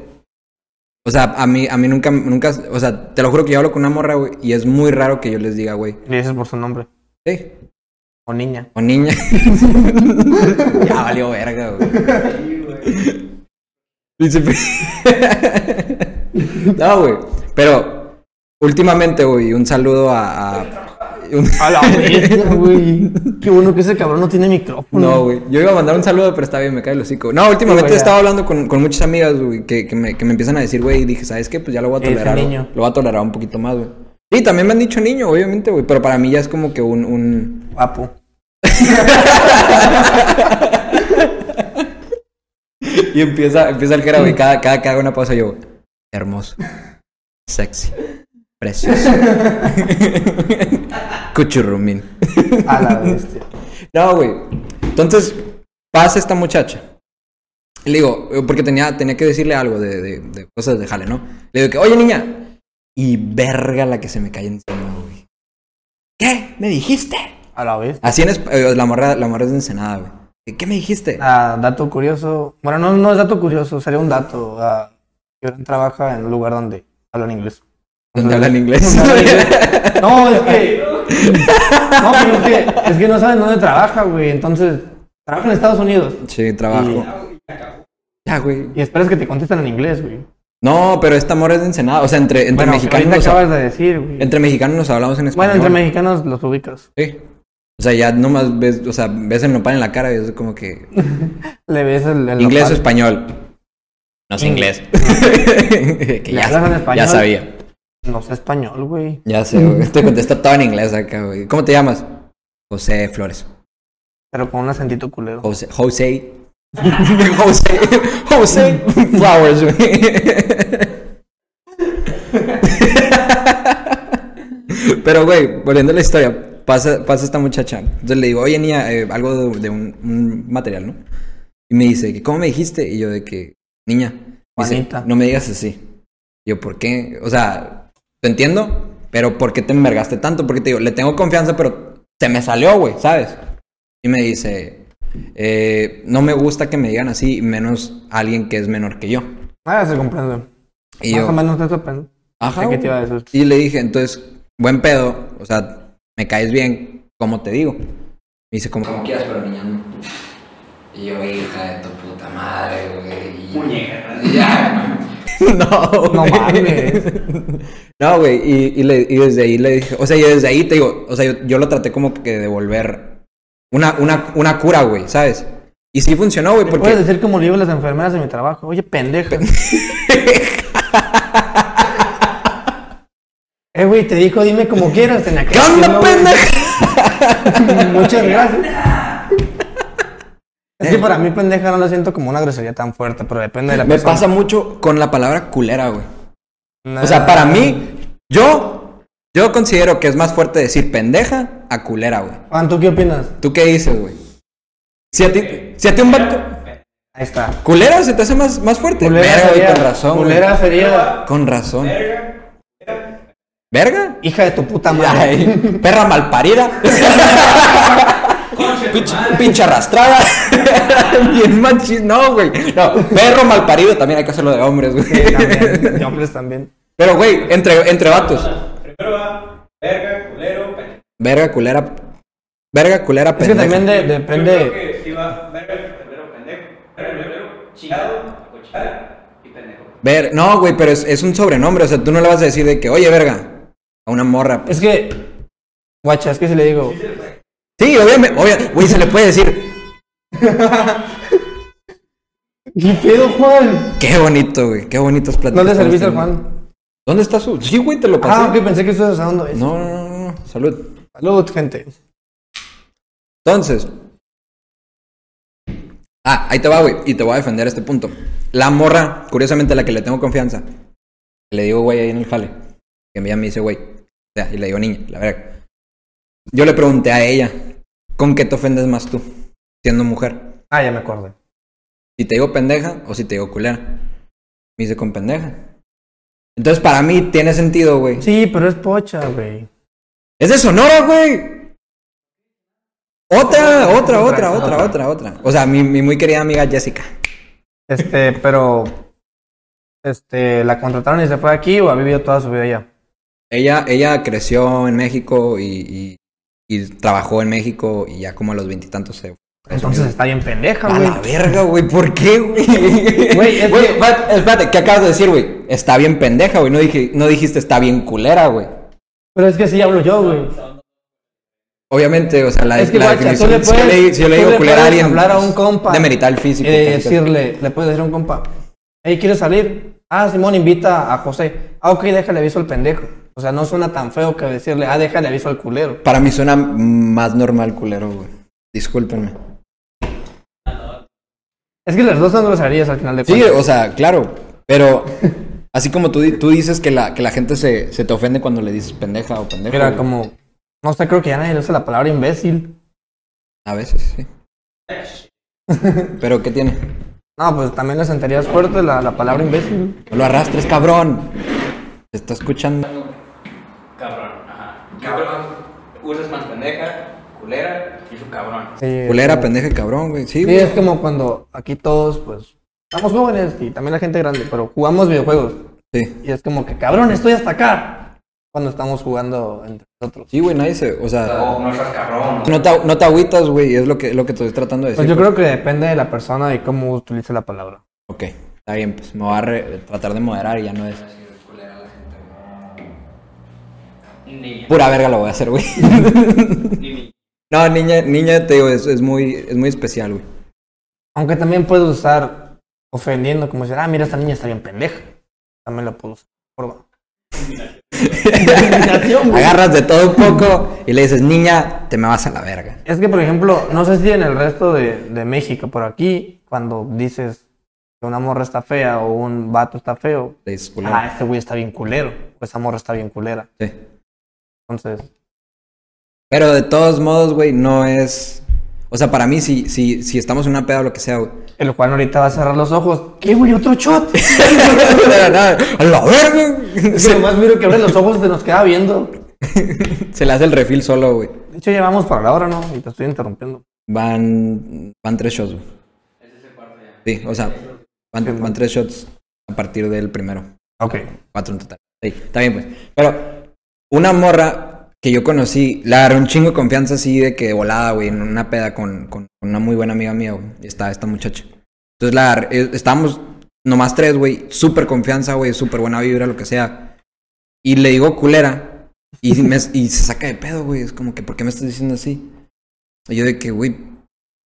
O sea, a mí, a mí nunca, nunca, o sea, te lo juro que yo hablo con una morra, güey, y es muy raro que yo les diga, güey, Le dices por su nombre. sí, O niña. o niña. ya valió verga, güey. Sí, güey. Dice, no, güey. Pero últimamente, güey, un saludo a. a- un- A la bestia, güey. Qué bueno que ese cabrón no tiene micrófono. No, güey. Yo iba a mandar un saludo, pero está bien, me cae el hocico. No, últimamente he Sí, güey, estado hablando con, con muchas amigas, güey, que, que me, que me empiezan a decir, güey, y dije, ¿sabes qué? Pues ya lo voy a Ese tolerar. güey. niño. Lo voy a tolerar un poquito más, güey. Y también me han dicho niño, obviamente, güey. Pero para mí ya es como que un. un... Guapo. Y empieza, empieza el que era, güey. Cada, cada que hago una pausa, yo, hermoso, sexy, precioso, cuchurrumín. A la bestia. No, güey. Entonces, pasa esta muchacha. Le digo, eh, porque tenía, tenía que decirle algo de, de- de cosas de jale, ¿no? Le digo que, oye, niña. Y verga la que se me cae encima, güey. ¿Qué? ¿Me dijiste? A la bestia. Así en esp- eh, la morra, la morra es de Ensenada, güey. ¿Qué- ¿Qué me dijiste? Ah, dato curioso. Bueno, no, no es dato curioso, sería un dato. Ah, Jordan trabaja en un lugar donde hablan inglés. Donde hablan inglés. Donde hablan inglés. No, es que. No, pero es que, es que no saben dónde trabaja, güey. Entonces, trabaja en Estados Unidos. Sí, trabajo. Ya, güey. Y esperas que te contesten en inglés, güey. No, pero esta morra es de Ensenada. O sea, entre, entre Bueno, mexicanos. ahorita nos- acabas de decir, güey. Entre mexicanos nos hablamos en español. bueno, entre mexicanos los ubicas. Sí. O sea, ya nomás ves, o sea, ves el nopal en la cara y es como que Le ves el. el ¿Inglés o nopal. español? No sé inglés. Que ¿Le ya, hablas en español? ya sabía. No sé español, güey. Ya sé, güey. Te contesta todo en inglés acá, güey. ¿Cómo te llamas? José Flores. Pero con un acentito culero. José. José. José. José Flowers, güey. Pero, güey, volviendo a la historia, pasa, pasa esta muchacha. Entonces le digo, oye, niña, eh, algo de, de un, un material, ¿no? Y me dice, que, ¿cómo me dijiste? Y yo, de que, niña, me dice, Juanita. no me digas así. Yo, ¿por qué? O sea, te entiendo, pero ¿por qué te envergaste tanto? Porque te digo, le tengo confianza, pero se me salió, güey, ¿sabes? Y me dice, eh, no me gusta que me digan así, menos alguien que es menor que yo. Ah, se comprende. Y Más yo, o menos pues. te sorprende. Ajá. ¿Qué güey. te iba a decir? Y le dije, entonces, buen pedo, o sea, me caes bien, ¿cómo te digo? Me dice, como, como quieras, pero niña no. Y yo, hija de tu puta madre, güey. Muñeca. Ya. no, No güey. mames. No, güey, y, y le- y desde ahí le dije, o sea, y desde ahí te digo, o sea, yo, yo lo traté como que de volver una, una, una cura, güey, ¿sabes? Y sí funcionó, güey, porque... Puedes decir como le digo a las enfermeras de mi trabajo. Oye, pendeja. Pues, eh, güey, te dijo, dime como quieras. Tenía que ¿Qué onda, decirlo, güey. pendeja? Muchas gracias. Es que para mí pendeja no lo siento como una grosería tan fuerte, pero depende de la Me persona. pasa mucho con la palabra culera, güey. Nah. O sea, para mí, yo, yo considero que es más fuerte decir pendeja a culera, güey. Juan, ¿tú qué opinas? ¿Tú qué dices, güey? Si a ti, si a ti un vato... Ahí está. ¿Culera se te hace más, más fuerte? Verga, güey, con razón, güey. culera sería Con razón. Verga. ¿Verga? hija de tu puta madre. Ay, perra malparida. Concha de tu Pinche, madre. pinche arrastrada. Bien machis. No, güey. No, perro malparido también hay que hacerlo de hombres, güey. Sí, también. Y hombres también. Pero, güey, entre, entre vatos. Primero va. Verga, culero, pendejo. Verga, culera. Verga, culera, Es que pendeja. también de- Yo creo depende. que sí va. Verga, culero, pendejo. Verga, culero, chingado, cochada. y pendejo. Ver, no, güey, pero es, es un sobrenombre. O sea, tú no le vas a decir de que, oye, verga, a una morra. pues. Es que. Guacha, es que si le digo. Sí, obviamente, obvia- güey, se le puede decir, ¿Qué pedo, Juan? qué bonito, güey, qué bonitos platos. ¿No le serviste al Juan? ¿Dónde está su? Sí, güey, te lo pasé. Ah, ok, pensé que estabas usando eso. No, no, no, no, salud. Salud, gente. Entonces. Ah, ahí te va, güey. Y te voy a defender este punto. La morra, curiosamente, a la que le tengo confianza. Le digo, güey, ahí en el jale. Que ella me dice, güey. O sea, y le digo, niña, la verdad. Yo le pregunté a ella, ¿con qué te ofendes más tú, siendo mujer? Ah, ya me acordé. Si te digo pendeja o si te digo culera. Me dice, con pendeja. Entonces, para mí, tiene sentido, güey. Sí, pero es pocha, güey. Es de Sonora, güey. Otra, otra, otra, otra, Otra. otra, otra. O sea, mi, mi muy querida amiga Jessica. Este, pero. Este, la contrataron y se fue aquí o ha vivido toda su vida allá. Ella, ella creció en México y, y- y trabajó en México y ya como a los veintitantos se... Entonces está bien pendeja, A Ah, güey. la verga, güey. ¿Por qué, güey? Güey, Güey, es que- espérate, espérate, ¿qué acabas de decir, güey? Está bien pendeja, güey. No, dije, no dijiste está bien culera, güey. Pero es que sí hablo yo, güey. Obviamente, o sea, la, Es que, la guacha, definición... tú le si yo le, puedes- si yo le tú digo le culera a puedes alguien... pues, hablar a un compa De el físico. Y de casi, casi. Eh, decirle, le puedes decir a un compa, hey, ¿quieres salir? Ah, Simón invita a José. Ah, ok, déjale aviso al pendejo. O sea, no suena tan feo que decirle, ah, déjale aviso al culero. Para mí suena más normal, culero, güey. Discúlpenme. Es que las dos son groserías al final de Sí, cuentas. o sea, claro, pero así como tú, di- tú dices que la, que la gente se, se te ofende cuando le dices pendeja o pendejo. Mira, güey. como, no sé, creo que ya nadie usa la palabra imbécil. A veces, sí. pero ¿qué tiene? No, pues también las sentirías fuerte la, la palabra imbécil. No lo arrastres, cabrón. Te está escuchando. Cabrón, ajá. Cabrón. Usas más pendeja, culera y su cabrón. Sí, Culera, como- pendeja y cabrón, güey. Sí, Sí, güey. es como cuando aquí todos, pues, estamos jóvenes y también la gente grande, pero jugamos videojuegos. Sí. Y es como que, cabrón, estoy hasta acá. Cuando estamos jugando entre nosotros. Sí, güey, nadie se. O sea, O Oh, no seas cabrón. no te, no te agüitas, güey. Es lo que, lo que te estoy tratando de decir. Pues yo creo que depende de la persona y cómo utiliza la palabra. Ok, está bien, pues me voy a re- tratar de moderar y ya no es. Niña. Pura verga lo voy a hacer, güey. Niña. No, niña, niña, te digo, es, es muy, es muy especial, güey. Aunque también puedes usar ofendiendo, como decir, ah, mira, esta niña está bien pendeja. También la puedo usar. Por- Discriminación, güey. Agarras de todo un poco y le dices, niña, te me vas a la verga. Es que, por ejemplo, no sé si en el resto de, de México, por aquí, cuando dices que una morra está fea o un vato está feo, Le dices, culero. ah, este güey está bien culero, o esa morra está bien culera. Sí. Entonces, Pero de todos modos, güey, no es. O sea, para mí, si, si, si estamos en una peda o lo que sea, güey. el Juan ahorita va a cerrar los ojos. ¿Qué, güey? ¿Otro shot? Pero nada, a la verga. Es que Se, nomás miro que abre los ojos y se nos queda viendo. se le hace el refil solo, güey. De hecho, ya vamos para la hora, ¿no? Y te estoy interrumpiendo. Van, van tres shots, güey. Sí, o sea, van, van tres shots a partir del primero. Ok. Cuatro en total. Sí, está bien, pues. Pero una morra que yo conocí, le agarré un chingo de confianza así de que de volada, güey, en una peda con, con una muy buena amiga mía, güey. Está esta muchacha. Entonces la agarré- eh, estábamos nomás tres, güey. Súper confianza, güey. Súper buena vibra, lo que sea. Y le digo culera. Y, me- y se saca de pedo, güey. Es como que, ¿por qué me estás diciendo así? Y yo de que, güey.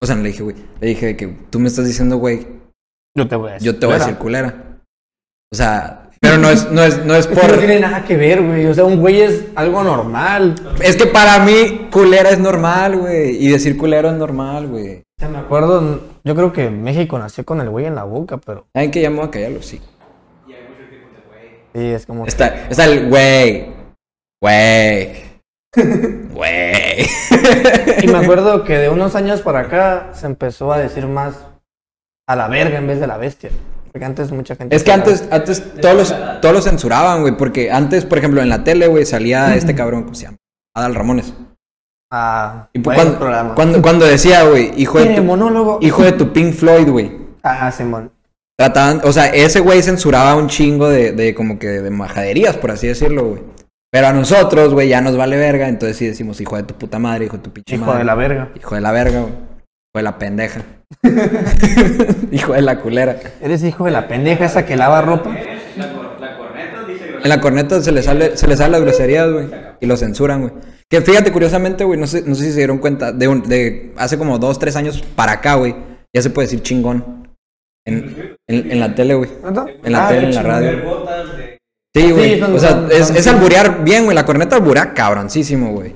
O sea, no le dije, güey. Le dije de que tú me estás diciendo, güey, Yo te voy a decir. yo te voy a culera. decir culera. O sea, pero no es, no es, no es Es que no por. tiene nada que ver, güey. O sea, un güey es algo normal. Es que para mí, culera es normal, güey. Y decir culero es normal, güey. Ya me acuerdo, yo creo que México nació con el güey en la boca, pero ¿Saben qué llamó a callarlo? Sí. sí, es como... que- Está, está el güey. Güey. Güey. Y me acuerdo que de unos años para acá se empezó a decir más a la verga en vez de la bestia. Porque antes mucha gente... Es que antes, antes todos los, todos los censuraban, güey. Porque antes, por ejemplo, en la tele, güey, salía este cabrón, ¿cómo se llama? Adal Ramones. Ah, Y buen cuando, programa. cuando, cuando decía, güey, hijo de Tiene tu, monólogo. hijo de tu Pink Floyd, güey. Ah, Simón. Trataban, o sea, ese güey censuraba un chingo de, de como que de majaderías, por así decirlo, güey. Pero a nosotros, güey, ya nos vale verga, entonces sí decimos, hijo de tu puta madre, hijo de tu pinche Hijo madre. de la verga. Hijo de la verga, güey. Hijo de la pendeja. Hijo de la culera. Eres hijo de la pendeja esa que lava ropa. La, cor- la corneta dice grosería. En la corneta se le sale, se le sale las groserías, güey. Y lo censuran, güey. Que fíjate, curiosamente, güey, no sé, no sé si se dieron cuenta, de, un- de hace como dos, tres años para acá, güey, ya se puede decir chingón. En, en- en la tele, güey. En la Ah, tele, en qué la chingón. radio. Ver botas de. Sí, güey. son- o sea, son- es, son- es alburear bien, güey. La corneta albura cabroncísimo, güey.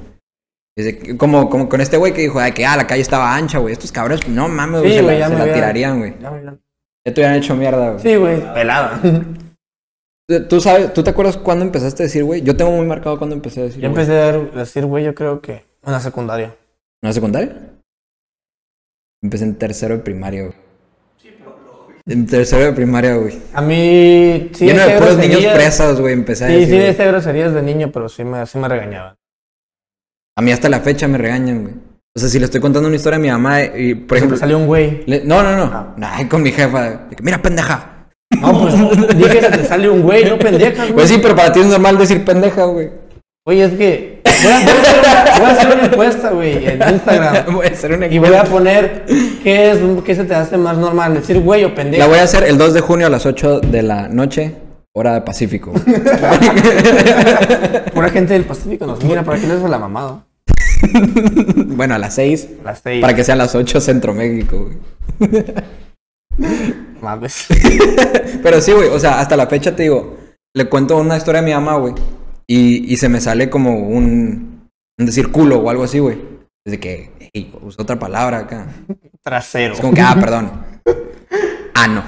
Es de que- Como, como con este güey que dijo, ay, que ah, la calle estaba ancha, güey. Estos cabrones, no mames, güey. Sí, se güey, la, ya se me la había- tirarían, güey. Ya, mira. Ya te hubieran hecho mierda, güey. Sí, güey. Pelada. ¿Tú sabes, tú te acuerdas cuándo empezaste a decir, güey? Yo tengo muy marcado cuándo empecé a decir, Yo güey. empecé a dar- a decir, güey, yo creo que en la secundaria. ¿En la secundaria? Empecé en tercero de primaria, güey. En tercero de primaria, güey. A mí sí Lleno de decía puros niños groserías. presas, güey. Empecé a Sí, decir. sí güey. decía groserías de niño, pero sí me, sí me regañaban. A mí hasta la fecha me regañan, güey. O sea, si le estoy contando una historia a mi mamá, eh, y, por Siempre ejemplo. salió Ah. un güey. le- no, no, no. Ay, con mi jefa. de que, Mira, pendeja. No, pues dije que te salió un güey, no pendeja, Pues güey. sí, pero para ti es normal decir pendeja, güey. Güey, es que voy a, voy a hacer una- voy a hacer una encuesta, güey, en Instagram. Voy a hacer una Y voy a poner qué es qué se te hace más normal, decir güey o La pendeja. voy a hacer el 2 de junio a las 8 de la noche, hora de Pacífico. güey. Pura gente del Pacífico nos mira, ¿para qué les a la mamada? bueno, a las 6. Las seis. Para que sean las 8 Centro México, güey. Mames. Pero sí, güey, o sea, hasta la fecha te digo, le cuento una historia a mi mamá, güey, y, y se me sale como un, un decir culo o algo así, güey. Desde que, hey, usa otra palabra acá. Trasero. Es como que, ah, perdón. Ah, no.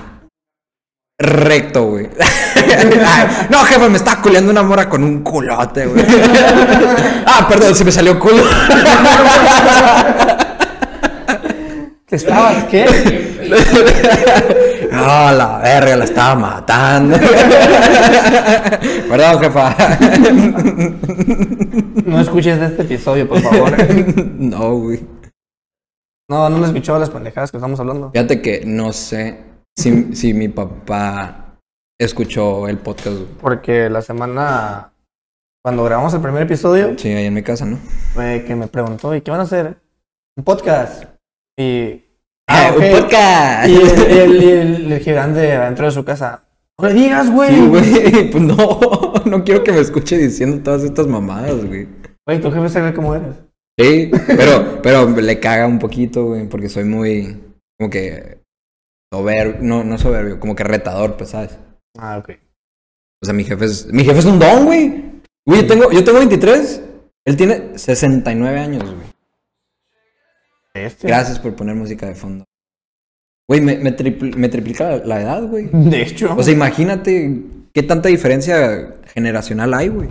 Recto, güey. Ay, no, jefe, me está culeando una mora con un culote, güey. ah, perdón, se me salió culo. ¿Te estabas qué? Ah, la verga, la estaba matando. perdón, jefa. No escuches este episodio, por favor. no, güey. No, no me escuchaba las pendejadas que estamos hablando. Fíjate que no sé si, si mi papá escuchó el podcast. güey. Porque la semana, cuando grabamos el primer episodio, Sí, ahí en mi casa, ¿no? fue que me preguntó, ¿y qué van a hacer? ¿Un podcast? Y... Ah, ok. ¡Un podcast! Y el, el, el- el gigante adentro de su casa. No le digas, güey. Sí, güey. Pues no, no quiero que me escuche diciendo todas estas mamadas, güey. Güey, tu jefe sabe cómo eres. Sí, pero, pero le caga un poquito, güey, porque soy muy, como que, soberbio, no, no soberbio, como que retador, pues, ¿sabes? Ah, ok. O sea, mi jefe es, mi jefe es un don, güey. Güey, yo tengo, yo tengo 23, él tiene 69 años, güey. Este. Gracias por poner música de fondo. Güey, me, me, tripl- me triplica la, la edad, güey. De hecho. O sea, imagínate qué tanta diferencia generacional hay, güey.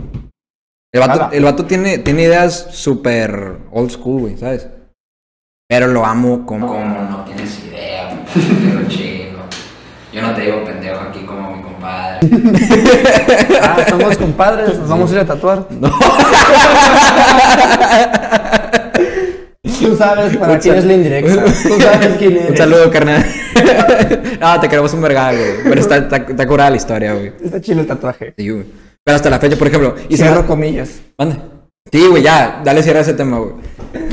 El vato, Nada. el vato tiene, tiene ideas súper old school, güey, ¿sabes? Pero lo amo como... Como no tienes idea, pendejo chico. Yo no te digo pendejo aquí como mi compadre. ah, somos compadres, nos vamos a ir a tatuar. Tú sabes para quién es la indirecta. Tú sabes quién eres. Un saludo, carnal. ah, te queremos un vergal, güey. Pero está, está, está curada la historia, güey. Está chido el tatuaje. Sí, güey. Pero hasta la fecha, por ejemplo... Y se me- cierro comillas. Manda. Sí, güey, ya, dale cierre a ese tema, güey.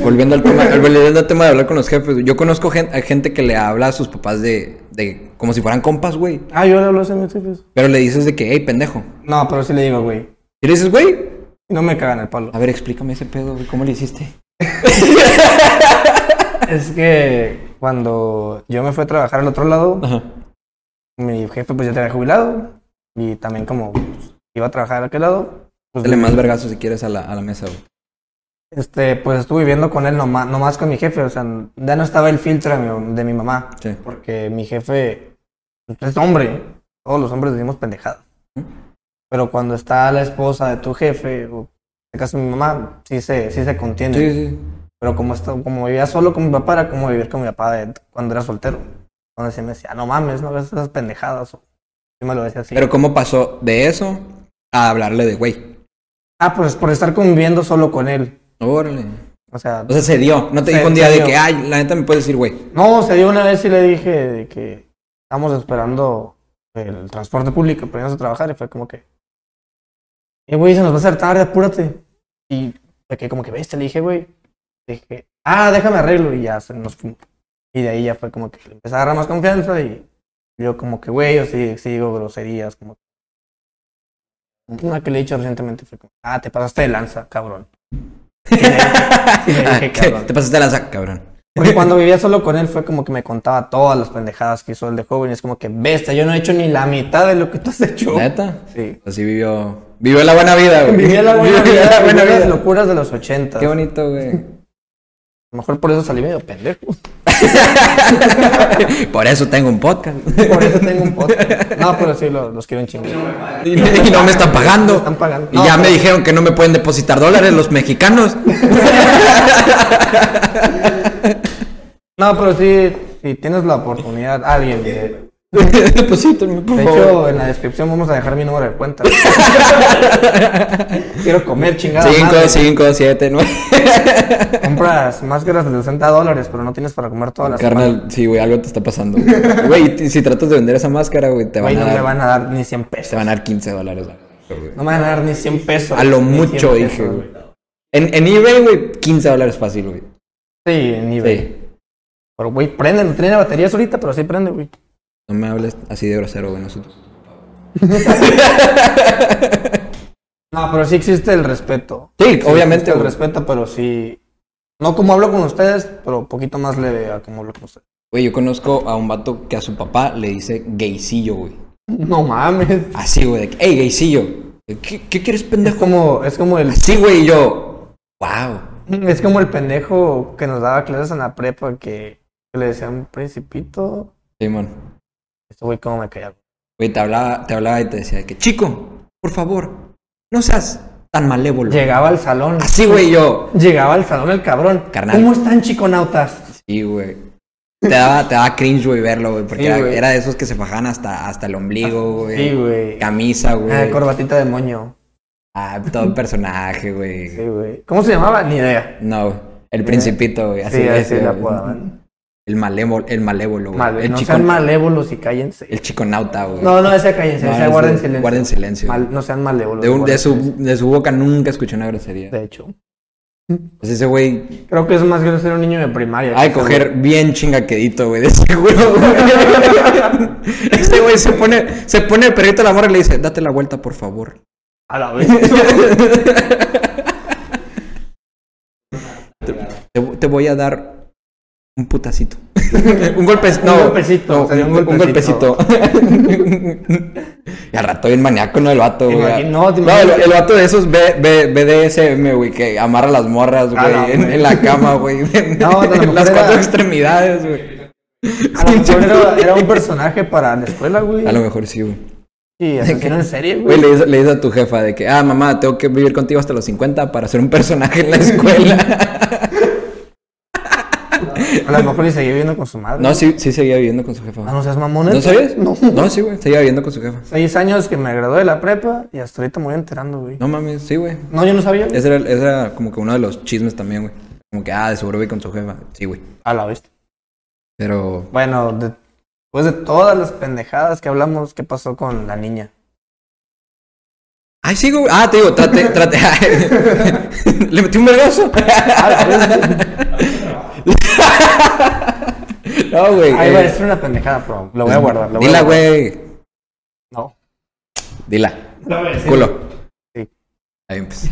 Volviendo al tema, volviendo al tema de hablar con los jefes, güey. yo conozco gen- a gente que le habla a sus papás de, de como si fueran compas, güey. Ah, yo le hablo a mis jefes. Pero le dices de que, hey, pendejo. No, pero sí le digo, güey. Y le dices, güey, No me cagan el palo. a ver, explícame ese pedo, güey, ¿cómo le hiciste? Es que cuando yo me fui a trabajar al otro lado, Ajá. mi jefe pues ya te había jubilado y también como pues, iba a trabajar a aquel lado, pues, Dale más vergazo si quieres a la, a la mesa, güey. este, pues estuve viviendo con él nomás, nomás con mi jefe, o sea, ya no estaba el filtro de mi, de mi mamá, Sí. porque mi jefe pues, es hombre, todos los hombres decimos pendejadas, pero cuando está la esposa de tu jefe, o en este caso mi mamá, sí se, sí se contiene, Sí, sí. pero como, está, como vivía solo con mi papá, era como vivir con mi papá de- cuando era soltero, donde se me decía, no mames, no hagas esas pendejadas, o, yo me lo decía así. Pero ¿cómo pasó de eso a hablarle de, güey? Ah, pues por estar conviviendo solo con él. Órale. O sea, O sea, se dio. No te Se- dijo un día se de dio. que, ay, la neta me puedes decir, güey. no, se dio una vez y le dije de que estamos esperando el transporte público para irnos a trabajar y fue como que, eh, güey, se nos va a hacer tarde, apúrate. Y fue que como que, ¿viste? Le dije, güey, dije, ah, déjame arreglo y ya se nos fuimos. Y de ahí ya fue como que le empecé a agarrar más confianza y yo como que, güey, yo sí sigo groserías. Como... Una que le he dicho recientemente fue como, ah, te pasaste de lanza, cabrón. Y de ahí- y de ahí dije, cabrón. Te pasaste la saca, cabrón. Porque cuando vivía solo con él fue como que me contaba todas las pendejadas que hizo el de joven. Y es como que, bestia, yo no he hecho ni la mitad de lo que tú has hecho. ¿Neta? Sí. Así vivió. Vivió la buena vida, güey. Vivía la buena Vivió vida, la buena vivía las vida. locuras de los 80. Qué bonito, güey. A lo mejor por eso salí medio pendejo. Por eso tengo un podcast. Por eso tengo un podcast. No, pero sí, lo- los, quiero en chingo. Y no me están pagando. Me están pagando. Y No, ya me pero- dijeron que no me pueden depositar dólares los mexicanos. No, pero sí, si tienes la oportunidad, alguien. De, Deposítenme, Pues por de favor. hecho, en la descripción vamos a dejar mi número de cuenta. Quiero comer chingada. 5, madre. 5, 7, 9. Compras máscaras de 60 dólares, pero no tienes para comer todas las. Carnal, sí, güey, algo te está pasando. güey. Güey, t- si tratas de vender esa máscara, güey, te van Güey, a no dar, me van a dar ni 100 te pesos. van a dar 15 dólares. güey. No me van a dar ni 100 pesos. A lo Ni 100 mucho, pesos. dije, güey. En, en eBay, güey, 15 dólares fácil, güey. Sí, en eBay. Sí. Pero, güey, prende, no tiene baterías ahorita, pero sí prende, güey. No me hables así de grosero, güey, nosotros. No, pero sí existe el respeto. Sí, Sí obviamente, existe el güey. respeto, pero sí. No como hablo con ustedes, pero un poquito más leve a como hablo con ustedes. Güey, yo conozco a un vato que a su papá le dice gaycillo, güey. No mames. Así, güey, de que, hey, gaycillo. ¿Qué, qué quieres, Es pendejo? como, es como el, Así, güey, y yo. Wow. es como el pendejo que nos daba clases en la prepa que, que le decían principito. Simón. Este güey, cómo me caía. Güey, te hablaba, te hablaba y te decía de que, chico, por favor, no seas tan malévolo. Llegaba al salón. Así, Ah, güey, y yo. Llegaba al salón el cabrón. Carnal. ¿Cómo están, chiconautas? Sí, güey. Te daba, te daba cringe, güey, verlo, güey, porque Sí, era, güey. Ah, era de esos que se fajaban hasta, hasta el ombligo, güey. Sí, güey. Camisa, güey. Ah, corbatita de moño. Ah, todo el personaje, güey. Sí, güey. ¿Cómo se llamaba? Ni idea. No, el principito, güey. Así, Sí, así ese, la güey. apodaban. El malévolo, el malévolo, güey. Mal- el, no chico, sean malévolos y cállense. el chiconauta, güey. No, no, ese cállense, No, ese ese- guarden silencio. guarden silencio. Mal- no sean malévolos. de, un- de guarden su, de su boca nunca escuché una grosería. silencio. De hecho. Pues ese güey, Creo que es más que ser un niño de primaria. hay que Ese coger bien chingaquedito, güey, de seguro, güey. Ese güey se pone, se pone el perrito a la morra y le dice, date la vuelta, por favor. A la vez. Te, te voy a dar un putacito. un golpecito. Un No, golpecito, no, sería un un golpecito. golpecito. y al rato bien maníaco, ¿no? El vato, Te güey. imagino- no, te No, el, imagino- el vato de esos B- B- BDSM, güey, que amarra las morras, Ah, no, güey, en, güey. en la cama, güey. No, a lo mejor las cuatro era- extremidades, güey. A lo mejor era, era un personaje para la escuela, güey. A lo mejor sí, güey. Sí, asesino en serie, Güey, güey. le dices, le dices a tu jefa de que, ah, mamá, tengo que vivir contigo hasta los 50 para ser un personaje en la escuela. A lo mejor y seguía viviendo con su madre. no, sí, sí seguía viviendo con su jefa. Ah, no seas mamón. ¿No ¿eh? sabías? No. No, sí, güey. Seguía viviendo con su jefa. Seis años que me gradué de la prepa y hasta ahorita me voy enterando, güey. No mames, sí, güey. No, yo no sabía. güey. Ese era, ese era como que uno de los chismes también, güey. Como que, ah, de seguro vi con su jefa. Sí, güey. A la vez. Pero, Bueno, de- después de todas las pendejadas que hablamos, ¿qué pasó con la niña? ay, sí, güey. Ah, te digo, traté, traté. Le metí un vergazo. Ah, no, güey. Ahí va a eh, decir una pendejada, pero lo voy a guardar. Lo voy a Dila, guardar. güey. No. Dila. La voy a decir. Culo. Sí. Ahí, pues.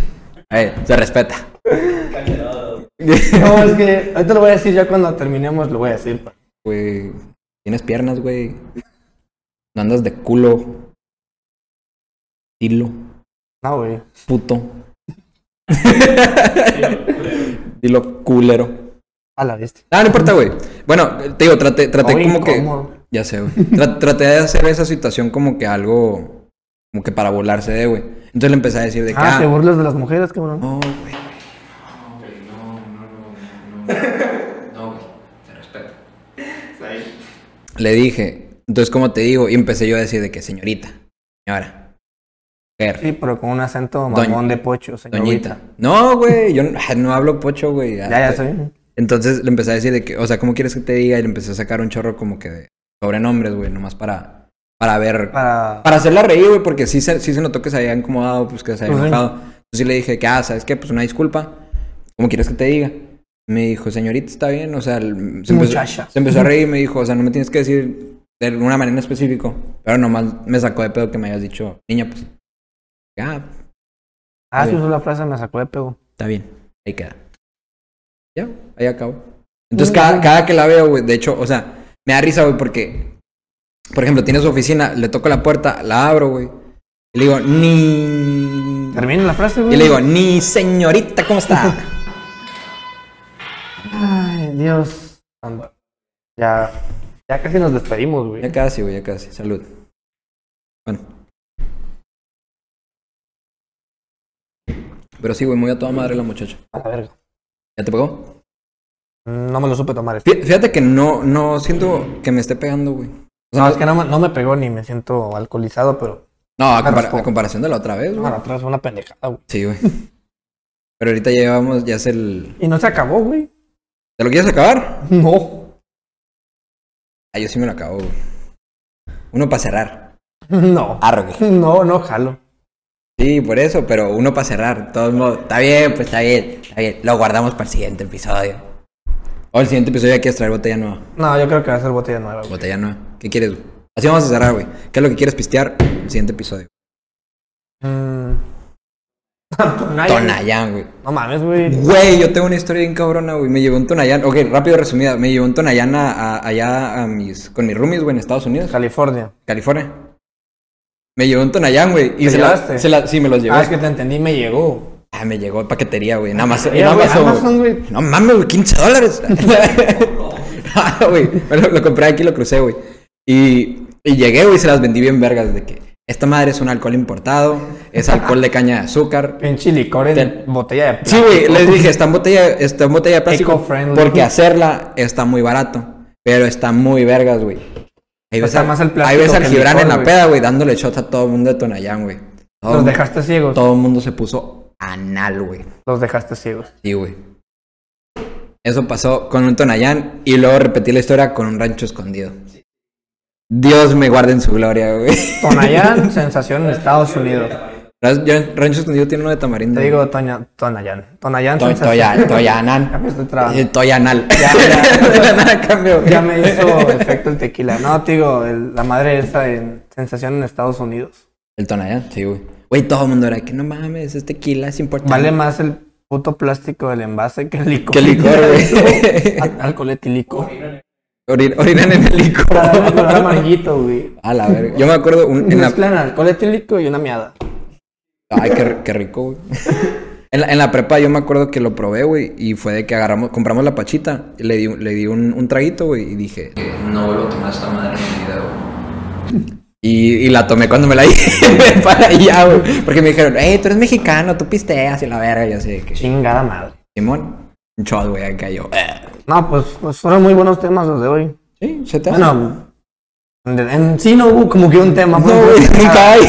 Ahí, se respeta. No, es que ahorita lo voy a decir ya cuando terminemos, lo voy a decir. pa. Güey. Tienes piernas, güey. No andas de culo. Dilo. No, güey. Puto. Dilo culero. A la bestia. Ah, no importa, güey. Bueno, te digo, traté, traté Ay, como que. incómodo. Ya sé, güey. Tra- traté de hacer esa situación como que algo. Como que para volarse de, güey. Entonces le empecé a decir de que. Ah, te Ah, burlas de las mujeres, cabrón. no, güey. No, güey, se respeta. Le dije. Entonces, como te digo, y empecé yo a decir de que, señorita, señora, mujer, Sí, pero con un acento Doña- mamón de pocho, señorita. doñita. No, güey, yo no, no hablo pocho, güey. Ya, ya soy. Entonces le empecé a decir de que, o sea, ¿cómo quieres que te diga? Y le empecé a sacar un chorro como que de sobrenombres, güey, nomás para, para ver, para, Para. ah, hacerla reír, güey, porque sí se, sí se notó que se había incomodado, pues que se había Ujú. enojado. Entonces sí le dije que, ah, ¿sabes qué? Pues una disculpa, ¿cómo quieres que te diga? Me dijo, señorita, ¿está bien? O sea, el- se Muchacha. Empezó, se empezó a reír y me dijo, o sea, no me tienes que decir de alguna manera específica. Pero nomás me sacó de pedo que me hayas dicho, niña, pues, ya, Ah, sí, Bien. usó la frase, me sacó de pego. está bien, ahí queda. Ya, ahí acabo. Entonces, Mm. cada, cada que la veo, güey, de hecho, o sea, me da risa, güey, porque, por ejemplo, tiene su oficina, le toco la puerta, la abro, güey, y le digo, ni... Termina la frase, güey. Y le digo, ni señorita, ¿cómo está? Ay, Dios. santo. Ya, ya casi nos despedimos, ya güey. casi, güey, ya casi, salud. Bueno. Pero sí, güey, muy a toda madre la muchacha. A la verga. ¿Ya te pegó? No me lo supe tomar. Fí- Fíjate que no, no siento que me esté pegando, güey. O sea, No, es que no, me- no me pegó ni me siento alcoholizado, pero no, a, me Ah. compara- raspó. a comparación de la otra vez, güey. bueno, atrás fue una pendejada, güey. Sí, güey. Pero ahorita ya llevamos, ya es el. Y no se acabó, güey. ¿Te lo quieres acabar? No. Ah, yo sí me lo acabo, güey. Uno para cerrar. No. Arre. No, no, jalo. Sí, por eso, pero uno para cerrar. De Todos modos, está bien, pues está bien, está bien. Lo guardamos para el siguiente episodio. O el siguiente episodio ya quieres traer botella nueva. No, yo creo que va a ser botella nueva, güey. Botella nueva. ¿Qué quieres, güey? Así vamos a cerrar, güey. ¿Qué es lo que quieres pistear? El siguiente episodio. Mm. Tonayán, güey. No mames, güey. Güey, yo tengo una historia bien cabrona, güey. Me llevó un Tonayán. Ok, rápido resumida. Me llevó un Tonayán a, a- allá a mis, con mis roomies, güey, en Estados Unidos, California. California. Me llevó un Tonayán, güey. Y ¿Te se la- llevaste? se la- sí, me los llevé. Ah, es que te entendí, me llegó. Ah, me llegó de paquetería, güey. En Amazon. En Mira, güey, Amazon, güey. Amazon, güey. No mames, güey, 15 dólares. Ah, güey, me lo, lo compré aquí, lo crucé, güey. Y, y llegué, güey, y se las vendí bien vergas de que esta madre es un alcohol importado, es alcohol de caña de azúcar. Pinche licor en botella de Sí, güey, les dije, está en botella, está en botella de plástico Eco-friendly. porque hacerla está muy barato, pero está muy vergas, güey. Ahí ves, Está al- más el ahí plástico ves al que el Gibran licor, en la güey. peda, güey, dándole shots a todo el mundo de Tonayán, güey. Todo Los mu- dejaste ciegos. Todo el mundo se puso anal, güey. Los dejaste ciegos. Sí, güey. Eso pasó con un Tonayán y luego repetí la historia con un rancho escondido. Dios me guarde en su gloria, güey. Tonayán, sensación en Estados Unidos. Ras- ya- Rancho escondido tiene uno de tamarindo. Te digo Toña, Tonayán. Tonayán, To- toya- Toyanal. Ya me estoy trabando. Eh, Toyanal. Ya, ya. De la nada cambió, güey. Ya me hizo efecto el tequila. No, te digo, el- la madre esa en sensación en Estados Unidos. El Tonayán, sí, güey. Güey, todo el mundo era que no mames, es tequila, es importante. Vale más el puto plástico del envase que el licor. Que licor, güey. Al- Alcohol etílico. Orin- orinan en el Para darle color licor. amarillito, güey. A la verga. Yo me acuerdo un- en la Mezclan alcohol etílico y una miada. Ay, qué, qué rico, güey. En la, en la prepa yo me acuerdo que lo probé, güey, y fue de que agarramos, compramos la pachita, y le di, le di un, un traguito, güey, y dije... eh, No vuelvo a tomar esta madre en mi vida, güey. Y, y la tomé cuando me la dije para allá, güey. Porque me dijeron, hey, tú eres mexicano, tú pisteas y la verga, y yo así de que... Chingada madre. Simón, un shot, güey, acá yo... "Eh". No, pues, pues fueron muy buenos temas los de hoy. Sí, se te hace. Bueno, en, en sí no hubo como que un tema. no, pues, güey, pero- nunca hay.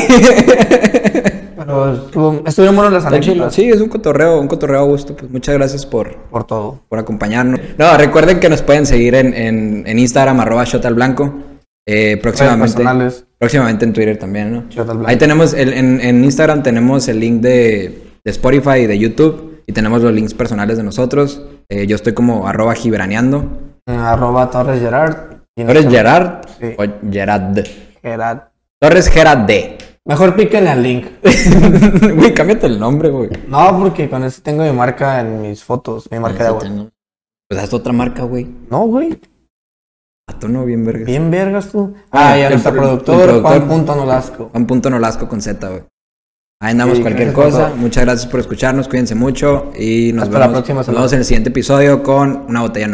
Pero estuvo, estuvieron buenos las Está chido. anécdotas Sí, es un cotorreo, un cotorreo a gusto. Pues muchas gracias por, por todo. por acompañarnos. No, recuerden que nos pueden seguir en, en, en Instagram, arroba shot al blanco. Eh, Redes próximamente, personales. próximamente en Twitter también, ¿no? Shot al Blanco. Ahí tenemos, el- en, en Instagram tenemos el link de, de Spotify y de YouTube. Y tenemos los links personales de nosotros. Eh, yo estoy como arroba gibraneando. Eh, Arroba Torres Gerard. Y ¿Torres Gerard Sí. o Gerard? Gerard. Torres Gerard D. Mejor píquenle al link. Güey, cámbiate el nombre, güey. No, porque con este tengo mi marca en mis fotos, mi marca de agua. Pues haz otra marca, güey. No, güey. A tono bien verga. Bien vergas tú. Ah, Ah, y el a nuestro pro- el productor, productor. Juan Punto Nolasco. Un punto nolasco con Z, güey. Ahí andamos Sí, cualquier gracias por cosa. todo. Muchas gracias por escucharnos. Cuídense mucho y nos Hasta la vemos. próxima, nos vemos en el siguiente episodio con una botella nueva.